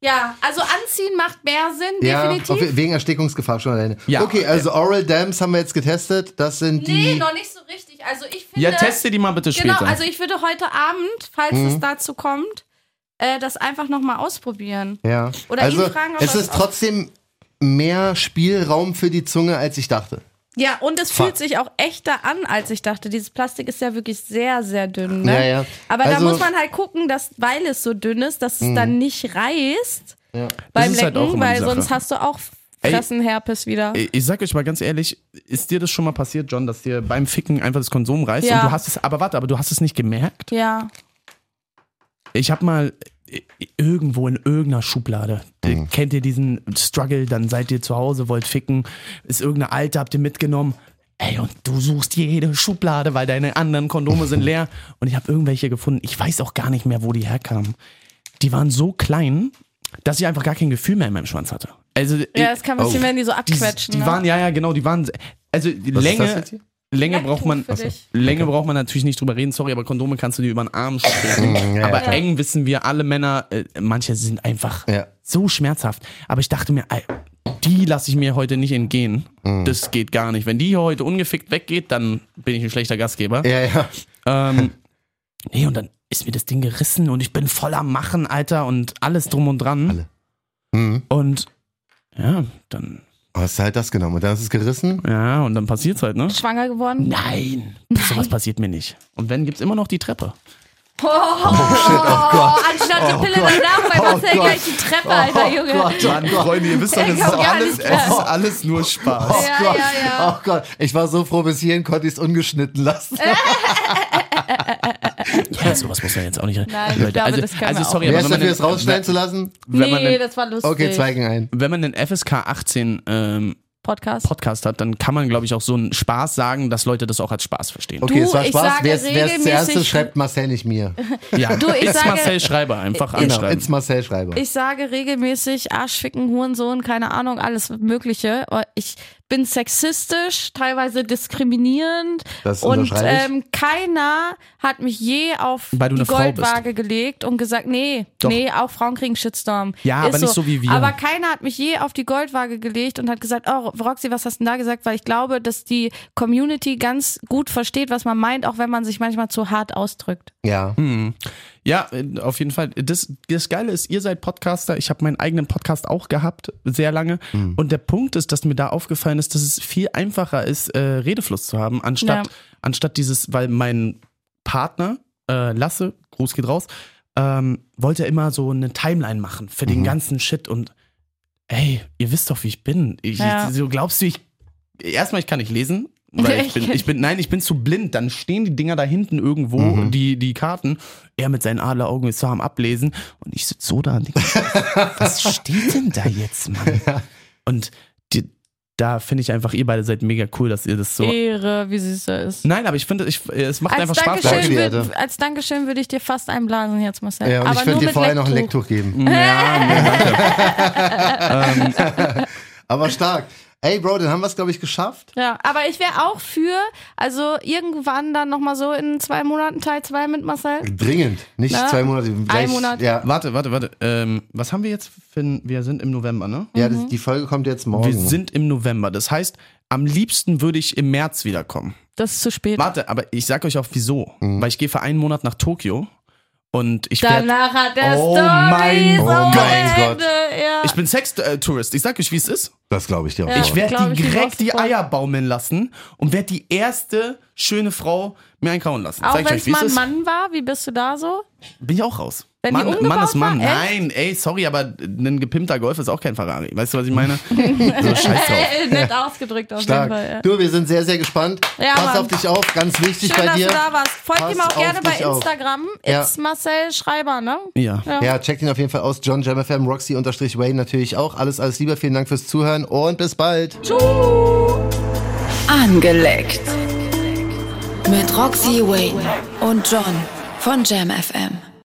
Speaker 3: Ja, also anziehen macht mehr Sinn,
Speaker 2: Ja,
Speaker 3: definitiv.
Speaker 2: auf, wegen Erstickungsgefahr schon alleine.
Speaker 4: Ja.
Speaker 2: Okay, also Oral Dams haben wir jetzt getestet. Das sind
Speaker 3: nee,
Speaker 2: die.
Speaker 3: noch nicht so richtig. Also ich finde.
Speaker 4: Ja, teste die mal bitte
Speaker 3: Genau,
Speaker 4: später. Mhm.
Speaker 3: also ich würde heute Abend, falls es dazu kommt, äh, das einfach nochmal ausprobieren.
Speaker 2: ja.
Speaker 3: Oder
Speaker 2: also,
Speaker 3: ihn fragen, ob
Speaker 2: es
Speaker 3: er
Speaker 2: ist
Speaker 3: es-
Speaker 2: trotzdem mehr Spielraum für die Zunge, als ich dachte.
Speaker 3: Ja, und es fühlt sich auch echter an, als ich dachte. Dieses Plastik ist ja wirklich sehr, sehr dünn. Ne?
Speaker 2: Ja, ja.
Speaker 3: Aber da
Speaker 2: Also-
Speaker 3: muss man halt gucken, dass, weil es so dünn ist, dass es dann nicht reißt
Speaker 2: Ja.
Speaker 3: beim
Speaker 4: Mhm. ist halt
Speaker 3: Lecken,
Speaker 4: auch immer die
Speaker 3: weil
Speaker 4: Sache.
Speaker 3: sonst hast du auch Fressenherpes wieder.
Speaker 4: Ich- Ich sag euch mal ganz ehrlich, ist dir das schon mal passiert, John, dass dir beim Ficken einfach das Konsum reißt
Speaker 3: Ja.
Speaker 4: und du hast es, aber warte, aber du hast es nicht gemerkt?
Speaker 3: Ja.
Speaker 4: Ich habe mal i- irgendwo in irgendeiner Schublade,
Speaker 2: Mhm.
Speaker 4: die- kennt ihr diesen Struggle, dann seid ihr zu Hause, wollt ficken, ist irgendeine alte, habt ihr mitgenommen. Ey, und du suchst jede Schublade, weil deine anderen Kondome
Speaker 2: [laughs]
Speaker 4: sind leer. Und ich habe irgendwelche gefunden. Ich weiß auch gar nicht mehr, wo die herkamen. Die waren so klein, dass ich einfach gar kein Gefühl mehr in meinem Schwanz hatte. Also,
Speaker 3: Ja, das kann man bisschen, wenn die so
Speaker 4: die,
Speaker 3: abquetschen.
Speaker 4: die
Speaker 3: ne?
Speaker 4: waren, ja, ja, genau, die waren. Also die
Speaker 2: Was ist
Speaker 4: Länge.
Speaker 2: das jetzt hier?
Speaker 4: Länge
Speaker 3: Lecktuch
Speaker 4: braucht man.
Speaker 3: für dich.
Speaker 4: Länge braucht man natürlich nicht drüber reden, sorry, aber Kondome kannst du dir über den
Speaker 2: [laughs]
Speaker 4: Arm stellen. [laughs]
Speaker 2: ja,
Speaker 4: aber
Speaker 2: klar.
Speaker 4: eng wissen wir alle Männer, äh, manche sind einfach
Speaker 2: Ja.
Speaker 4: so schmerzhaft. Aber ich dachte mir, ey, die lasse ich mir heute nicht entgehen.
Speaker 2: Mhm.
Speaker 4: Das geht gar nicht. Wenn die hier heute ungefickt weggeht, dann bin ich ein schlechter Gastgeber.
Speaker 2: Ja, ja. [laughs]
Speaker 4: Ähm, nee, und dann ist mir das Ding gerissen und ich bin voller Machen, Alter, und alles drum und dran.
Speaker 2: Alle. Mhm.
Speaker 4: Und ja, dann
Speaker 2: Hast du halt das genommen und dann ist es gerissen.
Speaker 4: ja, und dann passiert's halt, ne?
Speaker 3: Schwanger geworden?
Speaker 4: Nein, sowas passiert mir nicht. Und wenn, gibt's immer noch die Treppe.
Speaker 3: Oh, anstatt
Speaker 4: Oh
Speaker 3: die Pille danach, weil machst du ja gleich die Treppe, Alter Junge.
Speaker 4: Mann, Freunde, ihr wisst doch,
Speaker 3: Ich komm gar nicht klar.
Speaker 4: alles nur Spaß.
Speaker 3: Ja, ja,
Speaker 2: Oh
Speaker 3: ja.
Speaker 2: Gott, ich war so froh, bis hierhin konnte ich es ungeschnitten lassen.
Speaker 4: Ja, sowas muss man jetzt auch nicht.
Speaker 3: Nein, ich glaube,
Speaker 4: also,
Speaker 3: das können wir
Speaker 4: also
Speaker 3: auch
Speaker 4: sorry,
Speaker 2: Wer
Speaker 4: aber
Speaker 2: ist
Speaker 4: wenn man,
Speaker 2: dafür, es
Speaker 4: den,
Speaker 2: rausschneiden zu lassen?
Speaker 4: wenn man
Speaker 3: Nee,
Speaker 4: den,
Speaker 3: das war lustig.
Speaker 2: Okay, zwei gegen einen.
Speaker 4: wenn man den FSK 18 ähm,
Speaker 3: Podcast.
Speaker 4: Podcast hat, dann kann man, glaube ich, auch so einen Spaß sagen, dass Leute das auch als Spaß verstehen.
Speaker 2: Okay,
Speaker 3: Du,
Speaker 2: es war
Speaker 3: ich
Speaker 2: Spaß.
Speaker 3: sage
Speaker 2: Wer es- wer es zuerst ist,
Speaker 3: regelmäßig-
Speaker 2: schreibt Marcel nicht mir.
Speaker 4: Ja,
Speaker 3: Du, ich
Speaker 4: It's
Speaker 3: sage-
Speaker 4: Marcel Schreiber einfach
Speaker 2: Genau,
Speaker 4: anschreiben.
Speaker 2: ins Marcel Schreiber.
Speaker 3: Ich sage regelmäßig Arschficken, Hurensohn, keine Ahnung, alles Mögliche. Ich bin sexistisch, teilweise diskriminierend
Speaker 2: Das
Speaker 3: und
Speaker 2: unterschreibe ich.
Speaker 3: ähm, keiner hat mich je auf
Speaker 4: Weil du
Speaker 3: die
Speaker 4: eine Frau bist.
Speaker 3: Goldwaage gelegt und gesagt, nee,
Speaker 4: Doch.
Speaker 3: nee, auch Frauen kriegen Shitstorm.
Speaker 4: Ja,
Speaker 3: Ist
Speaker 4: aber nicht so wie wir.
Speaker 3: Aber keiner hat mich je auf die Goldwaage gelegt und hat gesagt, oh, Roxy, was hast du denn da gesagt? Weil ich glaube, dass die Community ganz gut versteht, was man meint, auch wenn man sich manchmal zu hart ausdrückt.
Speaker 2: Ja.
Speaker 4: Ja, äh, auf jeden Fall. Das, das Geile ist, ihr seid Podcaster. Ich habe meinen eigenen Podcast auch gehabt, sehr lange. Und der Punkt ist, dass mir da aufgefallen ist, dass es viel einfacher ist, äh, Redefluss zu haben, anstatt,
Speaker 3: Ja.
Speaker 4: anstatt dieses, weil mein Partner, äh, Lasse, Gruß geht raus, ähm, wollte immer so eine Timeline machen für den ganzen Shit und ey, ihr wisst doch, wie ich bin. Ich,
Speaker 3: Ja.
Speaker 4: So glaubst du, ich. Erstmal, ich kann nicht lesen. Weil ich bin, ich bin, nein, ich bin zu blind. Dann stehen die Dinger da hinten irgendwo,
Speaker 2: Mhm.
Speaker 4: die, die Karten. Er mit seinen Adleraugen ist so am Ablesen. Und ich sitze so da und denke,
Speaker 2: [laughs]
Speaker 4: was steht denn da jetzt, Mann? Und die, da finde ich einfach, ihr beide seid mega cool, dass ihr das
Speaker 3: Äh.
Speaker 4: so.
Speaker 3: Ehre, wie süß er ist.
Speaker 4: Nein, aber ich finde, ich, es macht einfach
Speaker 2: Danke
Speaker 4: Spaß.
Speaker 3: Dankeschön,
Speaker 2: dir,
Speaker 3: würd-
Speaker 2: Alter.
Speaker 3: als Dankeschön würde ich dir fast einblasen jetzt, Marcel.
Speaker 2: ja und
Speaker 3: Aber
Speaker 2: ich würde
Speaker 3: nur
Speaker 2: dir
Speaker 3: mit
Speaker 2: vorher noch ein Lecktuch geben. [laughs] Aber stark. Ey, Bro, dann haben wir es, glaube ich, geschafft.
Speaker 3: Ja, aber ich wäre auch für, also irgendwann dann nochmal so in zwei Monaten Teil 2 mit Marcel.
Speaker 2: Dringend. Nicht
Speaker 3: Na?
Speaker 2: zwei Monate. gleich-
Speaker 3: Monat. Mhm.
Speaker 2: Ja,
Speaker 4: Warte, warte, warte. Ähm, was haben wir jetzt? Für, ein- wir sind im November, ne?
Speaker 2: ja das, die Folge kommt jetzt morgen.
Speaker 4: Wir sind im November. Das heißt, am liebsten würde ich im März wiederkommen.
Speaker 3: Das ist zu spät.
Speaker 4: Warte, aber ich sag euch auch wieso. Weil ich gehe für einen Monat nach Tokio und ich werde.
Speaker 3: Danach hat er
Speaker 4: Oh mein
Speaker 3: Stories
Speaker 2: Gott. Oh
Speaker 3: ohne
Speaker 2: Mein
Speaker 3: Ende. Ja.
Speaker 4: Ich bin Sex-Tourist. Ich sag euch, wie es ist.
Speaker 2: das glaube ich dir auch.
Speaker 3: Ja.
Speaker 4: Ich werde
Speaker 3: glaub,
Speaker 4: die
Speaker 3: ich bin
Speaker 4: direkt die
Speaker 3: rausgefallen.
Speaker 4: Eier baumeln lassen und werde die erste schöne Frau mir einkauen lassen.
Speaker 3: auch
Speaker 4: Sag ich
Speaker 3: wenn
Speaker 4: euch,
Speaker 3: es
Speaker 4: wie
Speaker 3: mal
Speaker 4: es
Speaker 3: ein
Speaker 4: ist.
Speaker 3: Mann war, wie bist du da so?
Speaker 4: Bin ich auch raus.
Speaker 3: Wenn die
Speaker 4: Mann,
Speaker 3: umgebaut
Speaker 4: Mann ist Mann.
Speaker 3: war, echt?
Speaker 4: Nein, ey, sorry, aber ein gepimpter Golf ist auch kein Ferrari. Weißt du, was
Speaker 3: [laughs]
Speaker 4: ich meine? so, scheiß drauf.
Speaker 3: Äh, nett ausgedrückt auf
Speaker 2: Stark.
Speaker 3: jeden Fall.
Speaker 2: Du, wir sind sehr, sehr gespannt.
Speaker 3: Ja,
Speaker 2: Pass
Speaker 3: Mann.
Speaker 2: auf dich auf, ganz wichtig
Speaker 3: Ja. Schön,
Speaker 2: bei
Speaker 3: dass
Speaker 2: dir.
Speaker 3: du da warst. Folgt
Speaker 2: Pass
Speaker 3: ihm auch
Speaker 2: auf
Speaker 3: gerne bei
Speaker 2: dich auf.
Speaker 3: Instagram.
Speaker 2: Ja.
Speaker 3: It's Marcel Schreiber, ne?
Speaker 4: Ja.
Speaker 2: Ja, checkt ihn auf jeden Fall aus. John Jam FM, Roxy unterstrich Wayne natürlich auch. Alles, alles Liebe. Vielen Dank fürs Zuhören und bis bald.
Speaker 1: Angeleckt. Mit Roxy Wayne und John von Jam FM.